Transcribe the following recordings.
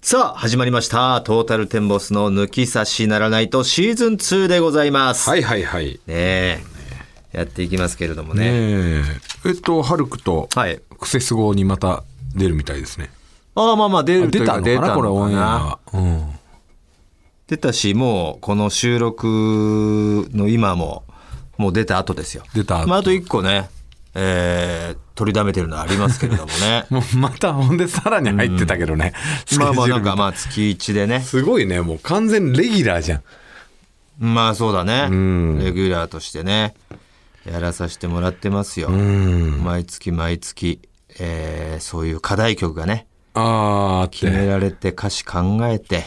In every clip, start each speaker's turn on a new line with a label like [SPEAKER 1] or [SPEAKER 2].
[SPEAKER 1] さあ、始まりました。トータルテンボスの抜き差しならないとシーズン2でございます。
[SPEAKER 2] はいはいはい。
[SPEAKER 1] ねえ。やっていきますけれどもね。
[SPEAKER 2] えええっと、ハルクと
[SPEAKER 1] はい
[SPEAKER 2] クセス号にまた出るみたいですね。
[SPEAKER 1] ああ、まあまあ出るとい
[SPEAKER 2] 出
[SPEAKER 1] う
[SPEAKER 2] たの
[SPEAKER 1] 出
[SPEAKER 2] か
[SPEAKER 1] た
[SPEAKER 2] なこれオンエア
[SPEAKER 1] な
[SPEAKER 2] は。うん。
[SPEAKER 1] 出たし、もうこの収録の今も、もう出た後ですよ。
[SPEAKER 2] 出た後。
[SPEAKER 1] まああと一個ね、えー、取りだめてるのはありますけれどもね
[SPEAKER 2] もうまたほんでさらに入ってたけどね。 スケジ
[SPEAKER 1] まあ
[SPEAKER 2] ュール
[SPEAKER 1] まあなんかまあ月1でね。
[SPEAKER 2] すごいね。もう完全レギュラーじゃん。
[SPEAKER 1] まあそうだね。
[SPEAKER 2] ん
[SPEAKER 1] レギュラーとしてね、やらさせてもらってますよ。
[SPEAKER 2] うん。
[SPEAKER 1] 毎月毎月、えーそういう課題曲がね、
[SPEAKER 2] あーっ
[SPEAKER 1] 決め
[SPEAKER 2] て。
[SPEAKER 1] られて歌詞考えて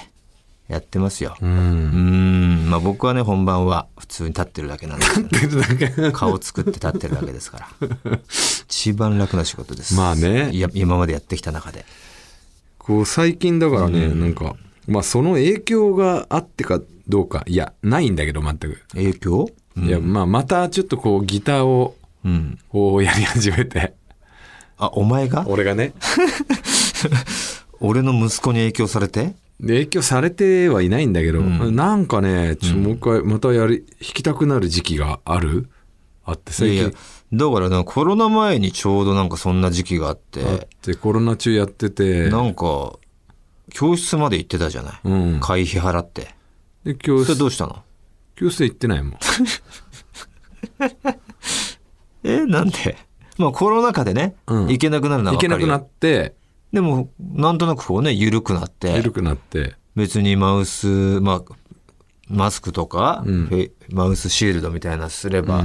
[SPEAKER 1] やってますよ。う。
[SPEAKER 2] うんん。
[SPEAKER 1] まあ僕はね、本番は普通に立ってるだけなんですけどね、
[SPEAKER 2] 出るだけ。
[SPEAKER 1] 顔作って立ってるだけですから。一番楽な仕事です。
[SPEAKER 2] まあね
[SPEAKER 1] いや、今までやってきた中で。
[SPEAKER 2] こう最近だからね、なんか、まあその影響があってかどうか。いや、ないんだけど全く。
[SPEAKER 1] 影響
[SPEAKER 2] いや、まあまたちょっとこうギターを、
[SPEAKER 1] うん。
[SPEAKER 2] こうやり始めて。
[SPEAKER 1] あ、お前が
[SPEAKER 2] 俺がね。
[SPEAKER 1] 俺の息子に影響されて
[SPEAKER 2] で影響されてはいないんだけど、なんかねちょもう一回またやり弾きたくなる時期があるあって
[SPEAKER 1] いや
[SPEAKER 2] 最
[SPEAKER 1] い
[SPEAKER 2] 近
[SPEAKER 1] や、だからなコロナ前にちょうどなんかそんな時期があって、
[SPEAKER 2] あってコロナ中やってて
[SPEAKER 1] なんか、教室まで行ってたじゃない。
[SPEAKER 2] うん
[SPEAKER 1] 会費払って。
[SPEAKER 2] で教
[SPEAKER 1] それど
[SPEAKER 2] 室
[SPEAKER 1] うしたの
[SPEAKER 2] 教室行ってないもん
[SPEAKER 1] え、なんで まあコロナ禍でね、
[SPEAKER 2] うん
[SPEAKER 1] 行けなくなるのは
[SPEAKER 2] 行
[SPEAKER 1] 分か
[SPEAKER 2] け
[SPEAKER 1] るよ
[SPEAKER 2] なくなって
[SPEAKER 1] でも、なんとなくこうね、緩くなって、
[SPEAKER 2] 緩くなって
[SPEAKER 1] 別にマウス、まあ、マスクとか、
[SPEAKER 2] ん
[SPEAKER 1] フェイマウスシールドみたいなのすれば、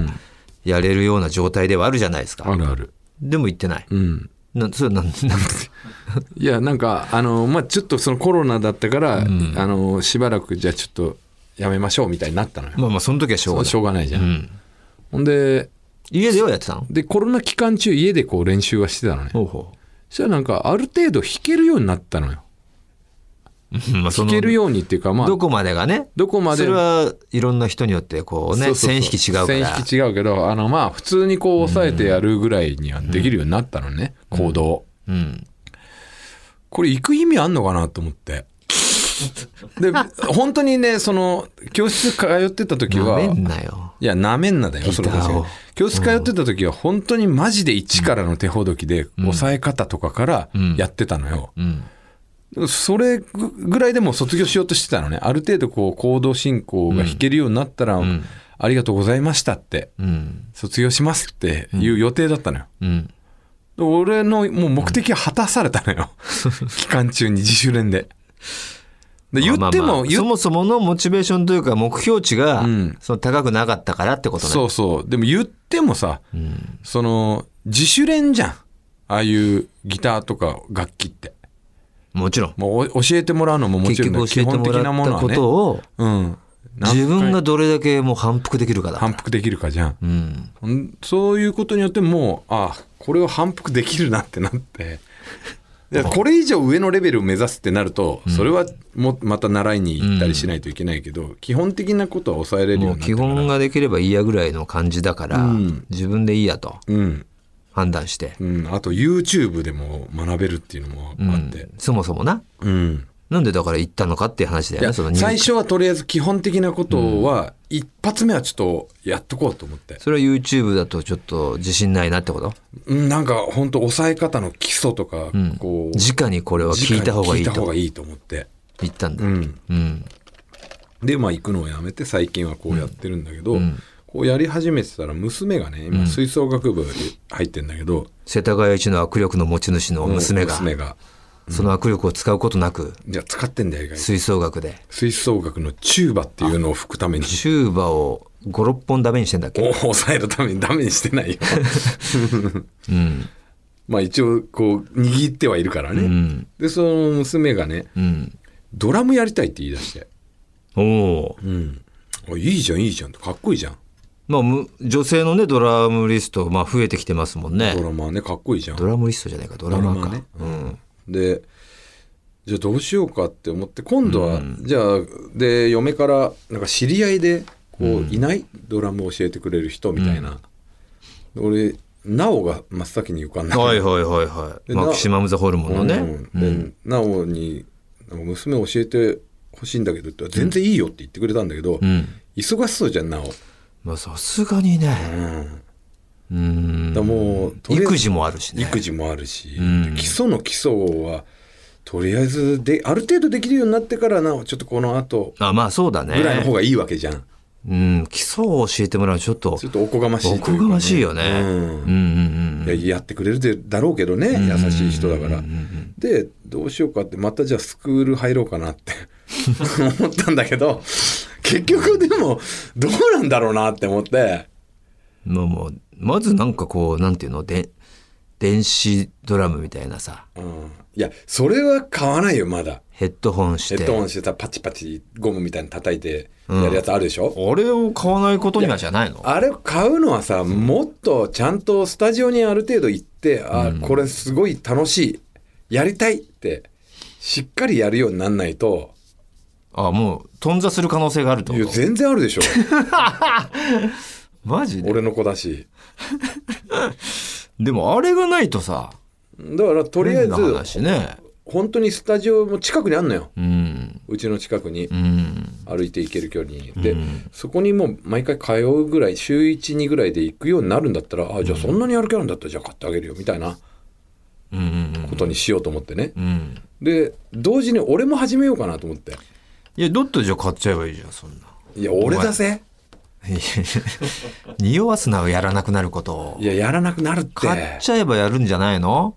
[SPEAKER 1] やれるような状態ではあるじゃないですか。
[SPEAKER 2] あるある
[SPEAKER 1] でも行ってない。
[SPEAKER 2] うん
[SPEAKER 1] な、それなん、なんで
[SPEAKER 2] いやなんかあのまあちょっとそのコロナだったから、あのしばらくじゃあちょっとやめましょうみたいになったのよ、
[SPEAKER 1] まあまあ、その時はしょうがない
[SPEAKER 2] し。ょうがないじゃん、ほんで
[SPEAKER 1] 家ではやってたの
[SPEAKER 2] でコロナ期間中家でこう練習はしてたのね
[SPEAKER 1] ほうほ
[SPEAKER 2] そしたらなんかある程度弾けるようになったのよ
[SPEAKER 1] う。まあ、そ
[SPEAKER 2] 弾
[SPEAKER 1] の
[SPEAKER 2] けるようにっていうかまあ
[SPEAKER 1] どこまでがね、
[SPEAKER 2] どこまで
[SPEAKER 1] それはいろんな人によってこうね、
[SPEAKER 2] そうそうそう
[SPEAKER 1] 線引き違うから。
[SPEAKER 2] 線引き違うけどあのまあ普通にこう抑えてやるぐらいにはできるようになったのね、行動
[SPEAKER 1] うん。
[SPEAKER 2] これ行く意味あんのかなと思ってで本当にねその教室通ってた時
[SPEAKER 1] や
[SPEAKER 2] は
[SPEAKER 1] めんなよ。
[SPEAKER 2] いやなめんなだよそれこ
[SPEAKER 1] ギターを
[SPEAKER 2] そ教室通ってた時は本当にマジで一からの手ほどきで抑え方とかからやってたのよ、
[SPEAKER 1] うん。
[SPEAKER 2] それぐらいでもう卒業しようとしてたのね。ある程度こう行動進行が弾けるようになったら、ありがとうございましたって、
[SPEAKER 1] うん。
[SPEAKER 2] 卒業しますっていう予定だったのよ。
[SPEAKER 1] うん。
[SPEAKER 2] で俺のもう目的は果たされたの よ。期間中に自主練で。で言
[SPEAKER 1] まあ
[SPEAKER 2] って
[SPEAKER 1] まあ
[SPEAKER 2] も、言っ
[SPEAKER 1] そもそものモチベーションというか目標値が、
[SPEAKER 2] うん
[SPEAKER 1] その高くなかったからってことね。
[SPEAKER 2] そうそう。でも言ってもさ、
[SPEAKER 1] うん。
[SPEAKER 2] その自主練じゃん。ああいうギターとか楽器って。
[SPEAKER 1] もちろん。
[SPEAKER 2] もうお教えてもらうのもも
[SPEAKER 1] 結
[SPEAKER 2] ちろんだ
[SPEAKER 1] 局教
[SPEAKER 2] け
[SPEAKER 1] え
[SPEAKER 2] ど
[SPEAKER 1] ても
[SPEAKER 2] 基本的な
[SPEAKER 1] らっ
[SPEAKER 2] もの
[SPEAKER 1] た
[SPEAKER 2] は
[SPEAKER 1] こ
[SPEAKER 2] ね。
[SPEAKER 1] とを、
[SPEAKER 2] うん。
[SPEAKER 1] 自分がどれだけもう反復できるかだ
[SPEAKER 2] 反復できるかじゃん。
[SPEAKER 1] うん。
[SPEAKER 2] んそういうことによってもうあこれを反復できるなってな ってでこれ以上上のレベルを目指すってなると、それはもまた習いに行ったりしないといけないけど、基本的なことは抑えれるよ
[SPEAKER 1] も
[SPEAKER 2] う
[SPEAKER 1] う
[SPEAKER 2] になっ
[SPEAKER 1] 基
[SPEAKER 2] たから
[SPEAKER 1] 本ができればいいやぐらいの感じだから、
[SPEAKER 2] うん
[SPEAKER 1] 自分でいいやと
[SPEAKER 2] うん、
[SPEAKER 1] 判断して。
[SPEAKER 2] うん、あと YouTube でも学べるっていうのも
[SPEAKER 1] う
[SPEAKER 2] あっ
[SPEAKER 1] ん
[SPEAKER 2] て、
[SPEAKER 1] そもそもな。
[SPEAKER 2] うん
[SPEAKER 1] なんでだから行ったのかっていう話だよ
[SPEAKER 2] いや
[SPEAKER 1] ね、その入
[SPEAKER 2] 最初はとりあえず基本的なことは、一発目はちょっとやっとこうと思って、
[SPEAKER 1] それは YouTube だとちょっと自信ないなってこと
[SPEAKER 2] うん、なんか本当抑え方の基礎とか、こう
[SPEAKER 1] 直にこれは聞いた方がいい
[SPEAKER 2] 直に聞いた方
[SPEAKER 1] と
[SPEAKER 2] がいいと思って。
[SPEAKER 1] 言ったんだ。
[SPEAKER 2] う
[SPEAKER 1] うん。
[SPEAKER 2] んでまあ行くのをやめて最近はこうやってるんだけど、こうやり始めてたら娘がね今吹奏楽部入ってんだけど、
[SPEAKER 1] 世田谷一の握力の持ち主の娘が、
[SPEAKER 2] 娘が
[SPEAKER 1] その握力を使うことなく、
[SPEAKER 2] じゃあ使ってんだよ意外に
[SPEAKER 1] 吹奏楽で、
[SPEAKER 2] 吹奏楽のチューバっていうのを吹くために
[SPEAKER 1] チューバを5、6本ダメにしてんだ っけ
[SPEAKER 2] を抑えるためにダメにして ないよ、まあ一応こう握ってはいるからね、
[SPEAKER 1] ん
[SPEAKER 2] でその娘がね
[SPEAKER 1] うん。
[SPEAKER 2] ドラムやりたいって言い出して
[SPEAKER 1] おお
[SPEAKER 2] 「うん、あいいじゃんいいじゃん」ってかっこいいじゃん
[SPEAKER 1] まあ、む女性のね、ドラムリスト、まあ増えてきてますもんね
[SPEAKER 2] ド。ラマーねかっこいいじゃん
[SPEAKER 1] ドラムリストじゃないか、ドラマーか。
[SPEAKER 2] ドラマね、でじゃあどうしようかって思って今度は、じゃあで嫁からなんか知り合いでこう、いないドラムを教えてくれる人みたいな、俺なおが真っ先に浮かんだ
[SPEAKER 1] はいはいはいはい。
[SPEAKER 2] で
[SPEAKER 1] マキシマム・ザ・ホルモンのね。
[SPEAKER 2] うんでなおになんか娘教えてほしいんだけどって全然いいよって言ってくれたんだけど、
[SPEAKER 1] うん。
[SPEAKER 2] 忙しそうじゃんなお、
[SPEAKER 1] まあ、さすがにね。
[SPEAKER 2] うん、
[SPEAKER 1] うん。
[SPEAKER 2] だからもうとりあえず
[SPEAKER 1] 育児もあるしね。
[SPEAKER 2] 育児もあるし、
[SPEAKER 1] うん
[SPEAKER 2] 基礎の基礎はとりあえずである程度できるようになってからなおちょっとこの後
[SPEAKER 1] あ、まあそうだね。
[SPEAKER 2] ぐらいの方がいいわけじゃん、
[SPEAKER 1] うん。基礎を教えてもらうのちょっと
[SPEAKER 2] ちょ、っとおこがまし
[SPEAKER 1] お
[SPEAKER 2] いというかね
[SPEAKER 1] こがましいよね。う
[SPEAKER 2] うん
[SPEAKER 1] んうんうん。
[SPEAKER 2] いややってくれるでだろうけどね優しい人だから、
[SPEAKER 1] うんうんうん
[SPEAKER 2] でどうしようかってまたじゃあスクール入ろうかなって 思ったんだけど結局でもどうなんだろうなって思って
[SPEAKER 1] うんまあもう、まずなんかこう、なんていうので、電子ドラムみたいなさ、
[SPEAKER 2] うんいやそれは買わないよまだ
[SPEAKER 1] ヘッドホンし
[SPEAKER 2] ヘ
[SPEAKER 1] て。
[SPEAKER 2] ッドホンしてさパチパチゴムみたいに叩いてやるやつあるでしょ、
[SPEAKER 1] あれを買わないことにはじゃないの
[SPEAKER 2] あれ買うのはさもっとちゃんとスタジオにある程度行って、あこれすごい楽しいやりたいってしっかりやるようになんないと
[SPEAKER 1] あ、もう、頓挫する可能性があるって
[SPEAKER 2] い
[SPEAKER 1] こ
[SPEAKER 2] や
[SPEAKER 1] と
[SPEAKER 2] 全然ある でしょ
[SPEAKER 1] マジで
[SPEAKER 2] 俺の子だし
[SPEAKER 1] でも、あれがないとさ、
[SPEAKER 2] だからとりあえ
[SPEAKER 1] 変な
[SPEAKER 2] ず
[SPEAKER 1] 話ね。
[SPEAKER 2] 本当にスタジオも近くにあんのよ
[SPEAKER 1] うん。
[SPEAKER 2] うちの近くに
[SPEAKER 1] うん。
[SPEAKER 2] 歩いて行ける距離にで、
[SPEAKER 1] うん
[SPEAKER 2] そこにもう毎回通うぐらい週12ぐらいで行くようになるんだったらあじゃあそんなにやる気あるんだったらじゃあ買ってあげるよみたいな
[SPEAKER 1] うんうん
[SPEAKER 2] ことにしようと思ってね
[SPEAKER 1] うん。うん。
[SPEAKER 2] で同時に俺も始めようかなと思って
[SPEAKER 1] いや、だったらじゃあ買っちゃえばいいじゃん、そんな。
[SPEAKER 2] いや俺だぜ
[SPEAKER 1] いやいや 匂わすなをやらなくなることを
[SPEAKER 2] い。ややらなくなるって
[SPEAKER 1] 買っちゃえばやるんじゃないの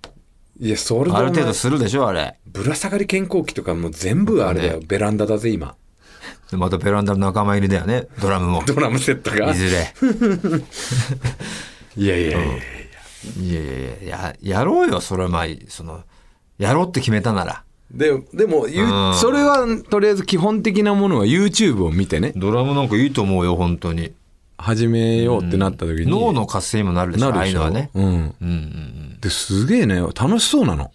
[SPEAKER 2] いやそれで
[SPEAKER 1] あ
[SPEAKER 2] お
[SPEAKER 1] る程
[SPEAKER 2] 前
[SPEAKER 1] 度するでしょ、あれ。
[SPEAKER 2] ぶら下がり健康器とかもう全部あれだよ、ベランダだぜ今
[SPEAKER 1] でまたベランダの仲間入りだよね、ドラムも。
[SPEAKER 2] ドラムセットが
[SPEAKER 1] いずれ。
[SPEAKER 2] いやいやいや、
[SPEAKER 1] いやいやいや、ややろうよ、それはまあ、その、やろうって決めたなら。
[SPEAKER 2] ででも、ゆ
[SPEAKER 1] うん
[SPEAKER 2] それはとりあえず基本的なものは YouTube を見てね
[SPEAKER 1] ドラムなんかいいと思うよ、本当に。
[SPEAKER 2] 始めようってなった時に、
[SPEAKER 1] 脳の活性にもなるでしょ、
[SPEAKER 2] な
[SPEAKER 1] ああい
[SPEAKER 2] るで
[SPEAKER 1] う
[SPEAKER 2] し
[SPEAKER 1] の
[SPEAKER 2] ょ
[SPEAKER 1] はね。
[SPEAKER 2] うん、
[SPEAKER 1] うんうん
[SPEAKER 2] ですげえね楽しそうなの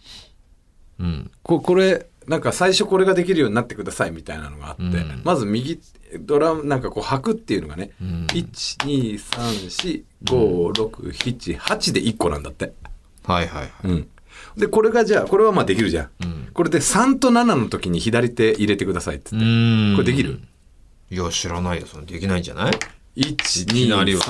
[SPEAKER 1] うん。うん。
[SPEAKER 2] ここれなんか最初これができるようになってくださいみたいなのがあって、
[SPEAKER 1] うん
[SPEAKER 2] まず右ドラムなんかこう拍くっていうのがね、
[SPEAKER 1] ん
[SPEAKER 2] 123456789で1個なんだって、
[SPEAKER 1] はいはいはい。
[SPEAKER 2] うん、でこれがじゃあこれはまあできるじゃん、
[SPEAKER 1] ん
[SPEAKER 2] これで3と7の時に左手入れてくださいって言って、
[SPEAKER 1] うん。
[SPEAKER 2] これできる
[SPEAKER 1] いや、知らないよ、その、できないんじゃないきなりは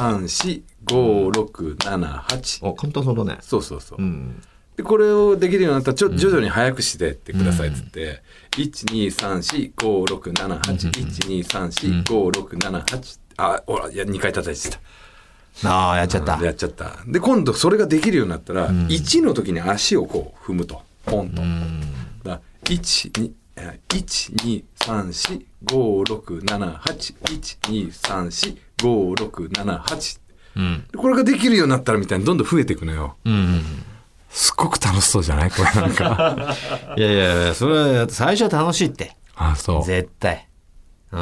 [SPEAKER 2] 123456789
[SPEAKER 1] あ、簡単そうだね。
[SPEAKER 2] そうそうそう、
[SPEAKER 1] ん。
[SPEAKER 2] でこれをできるようになったらちょ徐々に早くしてってくださいっつって、12345678123456789あほらいや2回叩いて
[SPEAKER 1] ああ、やっちゃったた。
[SPEAKER 2] やっちゃったで今度それができるようになったら、1の時に足をこう踏むとポンと、だ12あ12345678123456781
[SPEAKER 1] うん。
[SPEAKER 2] でこれができるようになったらみたいにどんどん増えていくのよ、
[SPEAKER 1] うんうん。
[SPEAKER 2] すごく楽しそうじゃないこれなん か。
[SPEAKER 1] いやいやいや、それは最初は楽しいって。
[SPEAKER 2] あ、そう。
[SPEAKER 1] 絶対。うん。い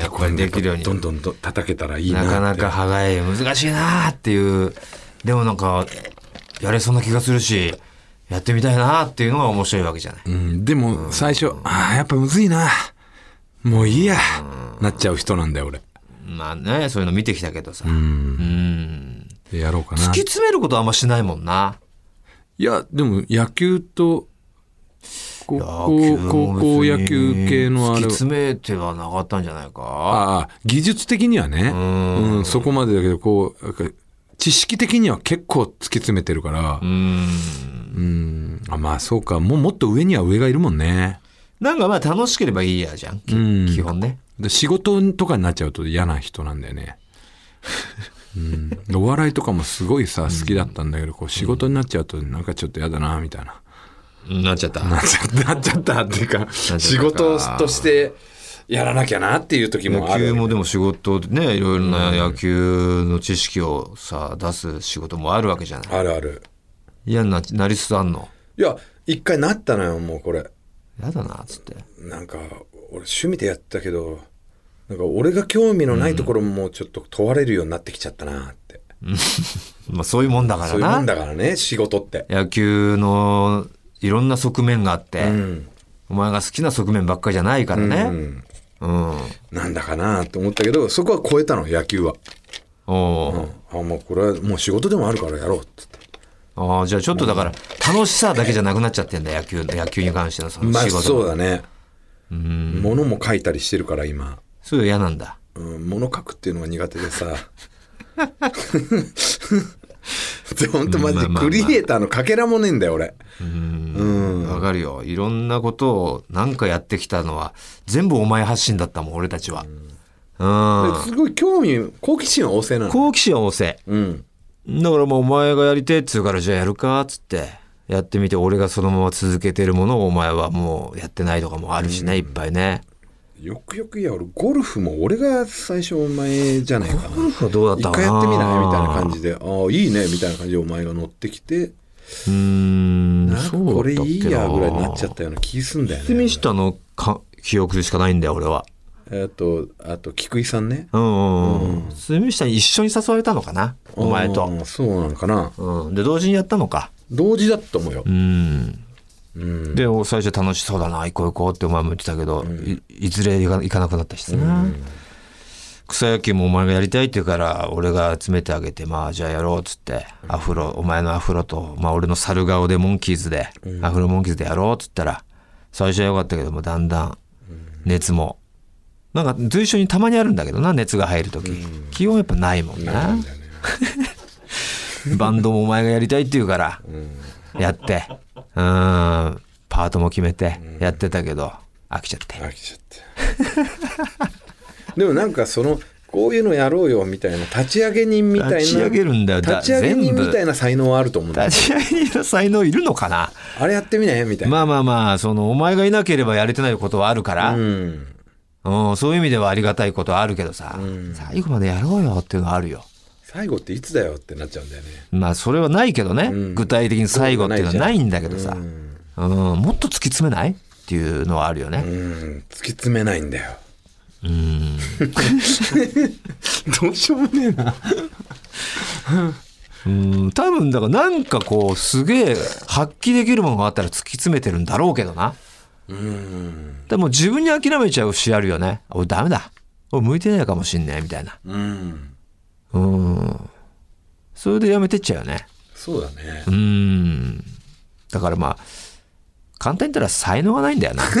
[SPEAKER 1] や、これできるように
[SPEAKER 2] どんどんどん叩けたらいいな
[SPEAKER 1] な
[SPEAKER 2] って。
[SPEAKER 1] かなか歯がえ難しいなーっていう。でもなんか、やれそうな気がするし、やってみたいなーっていうのが面白いわけじゃない。
[SPEAKER 2] うん、でも最初、あーやっぱむずいな。もういいや。なっちゃう人なんだよ、俺。
[SPEAKER 1] まあね、そういうの見てきたけどさ。
[SPEAKER 2] う
[SPEAKER 1] うん。
[SPEAKER 2] ん。でやろうか
[SPEAKER 1] 突
[SPEAKER 2] な。
[SPEAKER 1] き
[SPEAKER 2] い
[SPEAKER 1] 詰めることはあんましないもんな。
[SPEAKER 2] や、でも野球と、高
[SPEAKER 1] 野
[SPEAKER 2] 校
[SPEAKER 1] 球、も
[SPEAKER 2] 高校野球系のあ
[SPEAKER 1] 突
[SPEAKER 2] れ
[SPEAKER 1] き。詰めてはなかったんじゃないか。
[SPEAKER 2] ああ、技術的にはね。
[SPEAKER 1] ん
[SPEAKER 2] うん、そこまでだけど、こう、なんか知識的には結構突き詰めてるから
[SPEAKER 1] う。ん。
[SPEAKER 2] うん。あ、まあそうか。もうもっと上には上がいるもんね。
[SPEAKER 1] なんかまあ楽しければいいやじゃん。き
[SPEAKER 2] うん
[SPEAKER 1] 基本ね。
[SPEAKER 2] で仕事とかになっちゃうと嫌な人なんだ よね。うん、でお笑いとかもすごいさ好きだったんだけど、こう仕事になっちゃうとなんかちょっと嫌だなみたいな、
[SPEAKER 1] なっちゃった。
[SPEAKER 2] なっちゃったなっちゃったっていうか
[SPEAKER 1] ゃったか
[SPEAKER 2] 仕事としてやらなきゃなっていう時もあ
[SPEAKER 1] 野球
[SPEAKER 2] る
[SPEAKER 1] もでも仕事でねいろいろな野球の知識をさ出す仕事もあるわけじゃない
[SPEAKER 2] あるある
[SPEAKER 1] 嫌にななりつつあんの
[SPEAKER 2] いや一回なったのよもうこれ
[SPEAKER 1] 嫌だなっつって
[SPEAKER 2] なんか俺趣味でやったけどなんか俺が興味のないところももうちょっと問われるようになってきちゃったなって、
[SPEAKER 1] まあそういうもんだから
[SPEAKER 2] そういうもん
[SPEAKER 1] な
[SPEAKER 2] だからね仕事って、
[SPEAKER 1] 野球のいろんな側面があって、
[SPEAKER 2] うん
[SPEAKER 1] お前が好きな側面ばっかりじゃないから
[SPEAKER 2] う
[SPEAKER 1] ね
[SPEAKER 2] ん、
[SPEAKER 1] うん、
[SPEAKER 2] なんだかなと思ったけどそこは超えたの野球は、
[SPEAKER 1] おう
[SPEAKER 2] うん、あもうこれはもう仕事でもあるからやろうっつって
[SPEAKER 1] おああ、じゃあちょっとだから、楽しさだけじゃなくなっちゃってんだ、野球、野球に関してのその
[SPEAKER 2] まあ
[SPEAKER 1] 仕事。
[SPEAKER 2] そうだね
[SPEAKER 1] うん。
[SPEAKER 2] 物も書いたりしてるから今、
[SPEAKER 1] そういうの嫌なんだ。
[SPEAKER 2] うん、物書くっていうのが苦手でさ で本当マジ
[SPEAKER 1] まあまあ
[SPEAKER 2] で
[SPEAKER 1] まあ
[SPEAKER 2] クリエイターのかけらもねえんだよ俺
[SPEAKER 1] うん。わかるよ。いろんなことをなんかやってきたのは、全部お前発信だったもん、俺たちは。うん。
[SPEAKER 2] すごい興味好奇心は旺盛なの
[SPEAKER 1] 好奇心は旺盛。
[SPEAKER 2] うん
[SPEAKER 1] だからもうお前がやりてえっつうからじゃあやるかっつってやってみて俺がそのまま続けてるものをお前はもうやってないとかもあるしね、いっぱいね。
[SPEAKER 2] よくよくいや俺ゴルフも俺が最初お前じゃないか
[SPEAKER 1] ゴル
[SPEAKER 2] な
[SPEAKER 1] フはどうだったかな
[SPEAKER 2] 一回やってみないみたいな感じでああいいねみたいな感じでお前が乗ってきて
[SPEAKER 1] うーん
[SPEAKER 2] なんか
[SPEAKER 1] そうだったっけな
[SPEAKER 2] これいいやぐらいになっちゃったような気すんだよ
[SPEAKER 1] 堤
[SPEAKER 2] ね
[SPEAKER 1] 下のか記憶でしかないんだよ俺は
[SPEAKER 2] えっとあと菊井さんね
[SPEAKER 1] うんうんうん堤下に一緒に誘われたのかなお前
[SPEAKER 2] あ
[SPEAKER 1] と、
[SPEAKER 2] ーそうなのかな
[SPEAKER 1] うん、で同時にやったのか
[SPEAKER 2] 同時だと思うよ
[SPEAKER 1] うん
[SPEAKER 2] うん
[SPEAKER 1] でお最初楽しそうだな行こう行こうってお前も言ってたけど、いいずれ行か行かなくなったしさ、草野球もお前がやりたいって言うから俺が集めてあげてまあじゃあやろうっつってアフロお前のアフロと、まあ、俺の猿顔でモンキーズで、アフロモンキーズでやろうっつったら最初は良かったけどもだんだん熱もなんか随所にたまにあるんだけどな熱が入る時、気温やっぱないもんな
[SPEAKER 2] なんだよね
[SPEAKER 1] バンドもお前がやりたいって言うから、やって、うん、パートも決めて、やってたけど、飽きちゃって。
[SPEAKER 2] 飽きちゃって でもなんかそのこういうのやろうよみたいな立ち上げ人みたいな
[SPEAKER 1] 立ち上げるんだよだ
[SPEAKER 2] 立ち上げ人みたいな才能はあると思うんだよ
[SPEAKER 1] 立ち上げの才能いるのかな
[SPEAKER 2] あれやってみないみたい な、
[SPEAKER 1] まあまあまあ、その、お前がいなければやれてないことはあるから、う
[SPEAKER 2] うんん、
[SPEAKER 1] そういう意味ではありがたいことはあるけどさ、最後までやろうよっていうのはあるよ。
[SPEAKER 2] 最後っていつだよってなっちゃうんだよね
[SPEAKER 1] まあ、それはないけどね、
[SPEAKER 2] ん
[SPEAKER 1] 具体的に最後っていうのはないんだけどさ、
[SPEAKER 2] う
[SPEAKER 1] う
[SPEAKER 2] ん
[SPEAKER 1] ん、もっと突き詰めないっていうのはあるよね。
[SPEAKER 2] うん突き詰めないんだよ うんどうしようもねえな
[SPEAKER 1] うん多分だからなんかこうすげえ発揮できるものがあったら突き詰めてるんだろうけどな
[SPEAKER 2] うん
[SPEAKER 1] でも自分に諦めちゃう節あるよね俺ダメだ俺向いてないかもしんないみたいな
[SPEAKER 2] うん
[SPEAKER 1] うんそれでやめてっちゃうよね
[SPEAKER 2] そうだね
[SPEAKER 1] うんだからまあ簡単に言ったら才能がないんだよな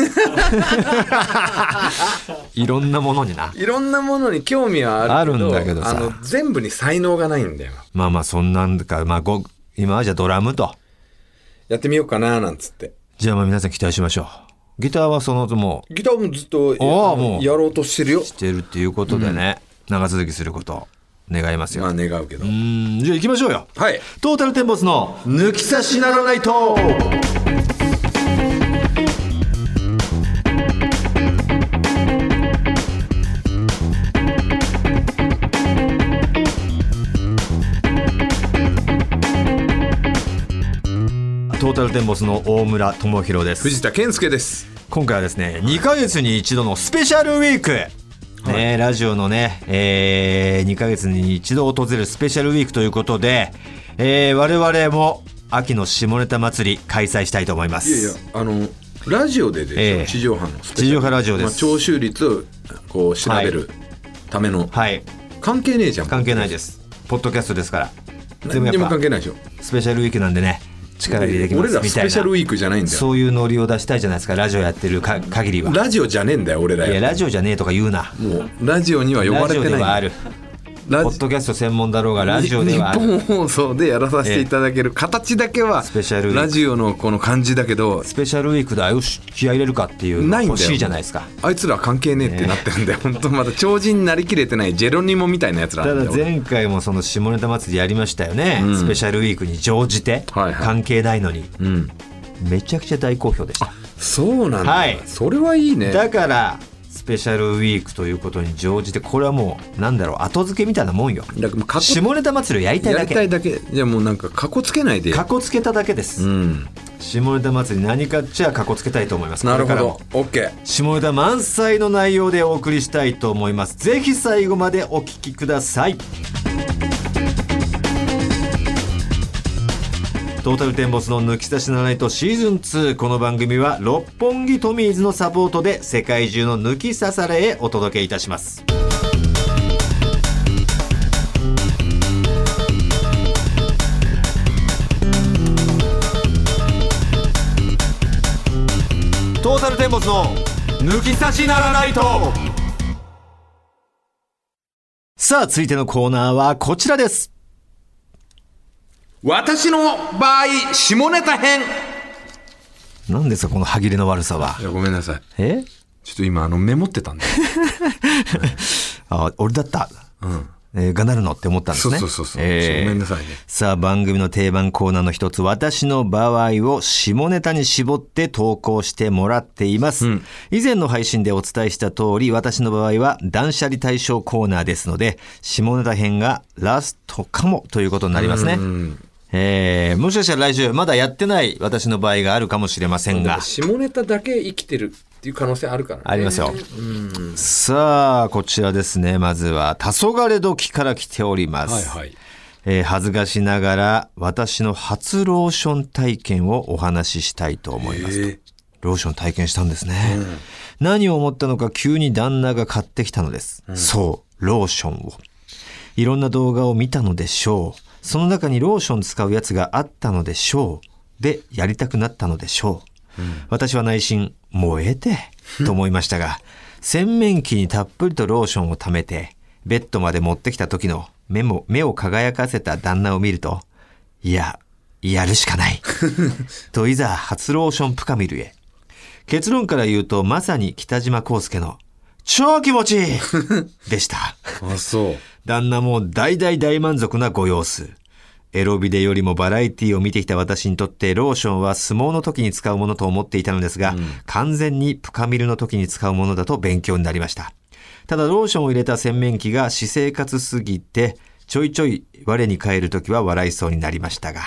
[SPEAKER 1] いろんなものにない
[SPEAKER 2] ろんなものに興味はあるけど
[SPEAKER 1] あるんだけどさ
[SPEAKER 2] あの全部に才能がないんだよ
[SPEAKER 1] まあまあそんなんかまあご今はじゃあドラムと
[SPEAKER 2] やってみようかななんつって
[SPEAKER 1] じゃあまあ皆さん期待しましょうギターはそのもう
[SPEAKER 2] ギターもずっとや
[SPEAKER 1] ああもう
[SPEAKER 2] やろうとしてるよ
[SPEAKER 1] してるっていうことでね、長続きすることを願いますよ、
[SPEAKER 2] まあ願うけど、
[SPEAKER 1] うんじゃあ行きましょうよ
[SPEAKER 2] はい
[SPEAKER 1] トータルテンボスの抜き差しならないとトータルテンボスの大村智弘です
[SPEAKER 2] 藤田健介です
[SPEAKER 1] 今回はですね2ヶ月に一度のスペシャルウィーク、ね、ラジオのね、え2ヶ月に一度訪れるスペシャルウィークということで、えー我々も秋の下ネタ祭り開催したいと思います
[SPEAKER 2] いやいやあのラジオででしょ、
[SPEAKER 1] ええ
[SPEAKER 2] 地上波のスペシャル
[SPEAKER 1] 地上波ラジオです
[SPEAKER 2] まあ、聴取率をこう調べるための、
[SPEAKER 1] はい
[SPEAKER 2] 関係ねえじゃん
[SPEAKER 1] 関係ないですポッドキャストですからでも
[SPEAKER 2] 何に
[SPEAKER 1] や
[SPEAKER 2] も
[SPEAKER 1] っぱ
[SPEAKER 2] 関係ないでしょ
[SPEAKER 1] スペシャルウィークなんでね力入れてきま
[SPEAKER 2] 俺
[SPEAKER 1] す
[SPEAKER 2] ら
[SPEAKER 1] み
[SPEAKER 2] ス
[SPEAKER 1] たい
[SPEAKER 2] ペシャルウ
[SPEAKER 1] な
[SPEAKER 2] ィークじゃないんだよ
[SPEAKER 1] そういうノリを出したいじゃないですかラジオやってるか限りは
[SPEAKER 2] ラジオじゃねえんだよ俺ら
[SPEAKER 1] いや
[SPEAKER 2] や
[SPEAKER 1] ラジオじゃねえとか言うな
[SPEAKER 2] もうラジオには呼ば
[SPEAKER 1] ラジ
[SPEAKER 2] れ
[SPEAKER 1] オ
[SPEAKER 2] て
[SPEAKER 1] で
[SPEAKER 2] ない
[SPEAKER 1] はある
[SPEAKER 2] ラ
[SPEAKER 1] ポッドキャスト専門だろうがラジオではあ
[SPEAKER 2] 日
[SPEAKER 1] る
[SPEAKER 2] 本放送でやらさせていただける形だけは
[SPEAKER 1] スペシャルウィーク
[SPEAKER 2] ラジオのこの感じだけど
[SPEAKER 1] スペシャルウィークであれを気合い入れるかっていう
[SPEAKER 2] ないんだよ
[SPEAKER 1] 欲しいじゃないですか。
[SPEAKER 2] あいつら関係ねえってなってるんだよ、本当まだ超人になりきれてないジェロニモみたいなやつらな
[SPEAKER 1] た
[SPEAKER 2] ん
[SPEAKER 1] だ
[SPEAKER 2] だよ
[SPEAKER 1] 前回もその下ネタ祭りやりましたよね、スペシャルウィークに乗じて、
[SPEAKER 2] はいはい
[SPEAKER 1] 関係ないのに
[SPEAKER 2] うん、
[SPEAKER 1] めちゃくちゃ大好評でした、
[SPEAKER 2] そうなんだ、
[SPEAKER 1] はい
[SPEAKER 2] それはいいね
[SPEAKER 1] だからスペシャルウィークということに乗じてこれはもうなんだろう後付けみたいなもんよ
[SPEAKER 2] だからもうかっこ
[SPEAKER 1] 下ネタ祭りをやりたい
[SPEAKER 2] や
[SPEAKER 1] だ
[SPEAKER 2] りた
[SPEAKER 1] け
[SPEAKER 2] いだけじゃあもうなんかかこつけないで
[SPEAKER 1] かこつけただけです、
[SPEAKER 2] うん
[SPEAKER 1] 下ネタ祭り何かっちゃかこつけたいと思います
[SPEAKER 2] なる
[SPEAKER 1] こ
[SPEAKER 2] ほ
[SPEAKER 1] れから
[SPEAKER 2] ど
[SPEAKER 1] も
[SPEAKER 2] OK
[SPEAKER 1] 下ネタ満載の内容でお送りしたいと思いますぜひ最後までお聞きくださいトータルテンボスの抜き差しならないとシーズン2この番組は六本木トミーズのサポートで世界中の抜き差されへお届けいたしますサルテンボスの抜き差しならないとさあ続いてのコーナーはこちらです
[SPEAKER 2] 私の場合下ネタ編い
[SPEAKER 1] 何ですかこの歯切れの悪さは
[SPEAKER 2] やごめんなさい
[SPEAKER 1] え
[SPEAKER 2] ちょっと今あのメモってたんで、
[SPEAKER 1] あ俺だった、
[SPEAKER 2] うん、
[SPEAKER 1] えーがなるのって思ったんです
[SPEAKER 2] そう
[SPEAKER 1] ね
[SPEAKER 2] そうそうそう、
[SPEAKER 1] えー
[SPEAKER 2] ごめんなさいね
[SPEAKER 1] さあ番組の定番コーナーの一つ「私の場合」を下ネタに絞って投稿してもらっています、
[SPEAKER 2] うん
[SPEAKER 1] 以前の配信でお伝えした通り私の場合は断捨離対象コーナーですので下ネタ編がラストかもということになりますね、
[SPEAKER 2] うん
[SPEAKER 1] えーもしかしたら来週まだやってない私の場合があるかもしれませんが
[SPEAKER 2] 下ネタだけ生きてるっていう可能性あるからね
[SPEAKER 1] ありますよ
[SPEAKER 2] うん
[SPEAKER 1] さあこちらですねまずは「黄昏時」から来ております、
[SPEAKER 2] はいはい
[SPEAKER 1] えー恥ずかしながら私の初ローション体験をお話ししたいと思います。
[SPEAKER 2] え
[SPEAKER 1] ローション体験したんですね。何を思ったのか急に旦那が買ってきたのです。そう、ローションを。いろんな動画を見たのでしょう。その中にローション使うやつがあったのでしょう。で、やりたくなったのでしょう。私は内心、もうええ て、と思いましたが、洗面器にたっぷりとローションを溜めて、ベッドまで持ってきた時の目も、目を輝かせた旦那を見ると、いや、やるしかない。といざ初ローションプカミルへ。結論から言うとまさに北島康介の超気持ちいいでした。
[SPEAKER 2] あそう
[SPEAKER 1] 旦那も大大大満足なご様子。エロビデよりもバラエティを見てきた私にとってローションは相撲の時に使うものと思っていたのですが、完全にプカミルの時に使うものだと勉強になりました。ただローションを入れた洗面器が私生活すぎて、ちょいちょい我に返る時は笑いそうになりましたが、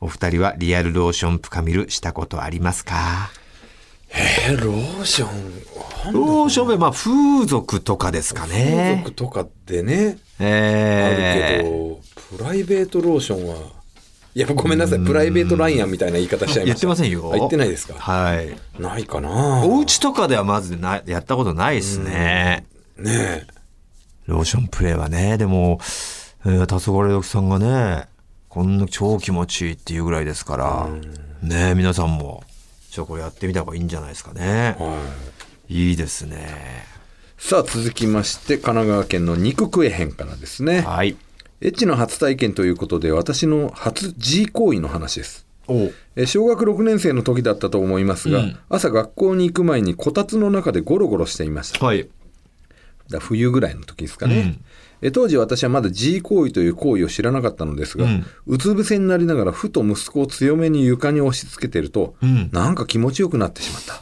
[SPEAKER 1] お二人はリアルローションプカミルしたことありますか
[SPEAKER 2] えローション
[SPEAKER 1] ローションはまあ風俗とかですか
[SPEAKER 2] 風
[SPEAKER 1] ね。
[SPEAKER 2] 俗とかってね、あるけ
[SPEAKER 1] ええ
[SPEAKER 2] ど、プライベートローションは、いや、ごめんなさい、プライベートラインやみたいな言い方しちゃい
[SPEAKER 1] や
[SPEAKER 2] ま
[SPEAKER 1] っ
[SPEAKER 2] してた。
[SPEAKER 1] ませんよ。
[SPEAKER 2] あ言ってないですか。
[SPEAKER 1] はい。
[SPEAKER 2] ないかな。
[SPEAKER 1] お家とかではまずなやったことないですね。
[SPEAKER 2] ね
[SPEAKER 1] ローションプレイはね、でも、えー、黄昏時さんがね、こんな超気持ちいいっていうぐらいですから、ねえ皆さんも、ちょっとこれやってみた方がいいんじゃないですかね
[SPEAKER 2] え。。はい
[SPEAKER 1] いいですね。
[SPEAKER 2] さあ、続きまして、神奈川県の肉食えへんからですね。
[SPEAKER 1] はい。
[SPEAKER 2] エッチの初体験ということで、私の初 G 行為の話です。
[SPEAKER 1] お
[SPEAKER 2] えー小学6年生の時だったと思いますが、
[SPEAKER 1] うん
[SPEAKER 2] 朝学校に行く前にこたつの中でゴロゴロしていました。
[SPEAKER 1] はい。
[SPEAKER 2] だ冬ぐらいの時ですかね、え当時私はまだ G 行為という行為を知らなかったのですが、
[SPEAKER 1] う
[SPEAKER 2] うんつ伏せになりながらふと息子を強めに床に押し付けてると、
[SPEAKER 1] うん
[SPEAKER 2] なんか気持ちよくなってしまったっ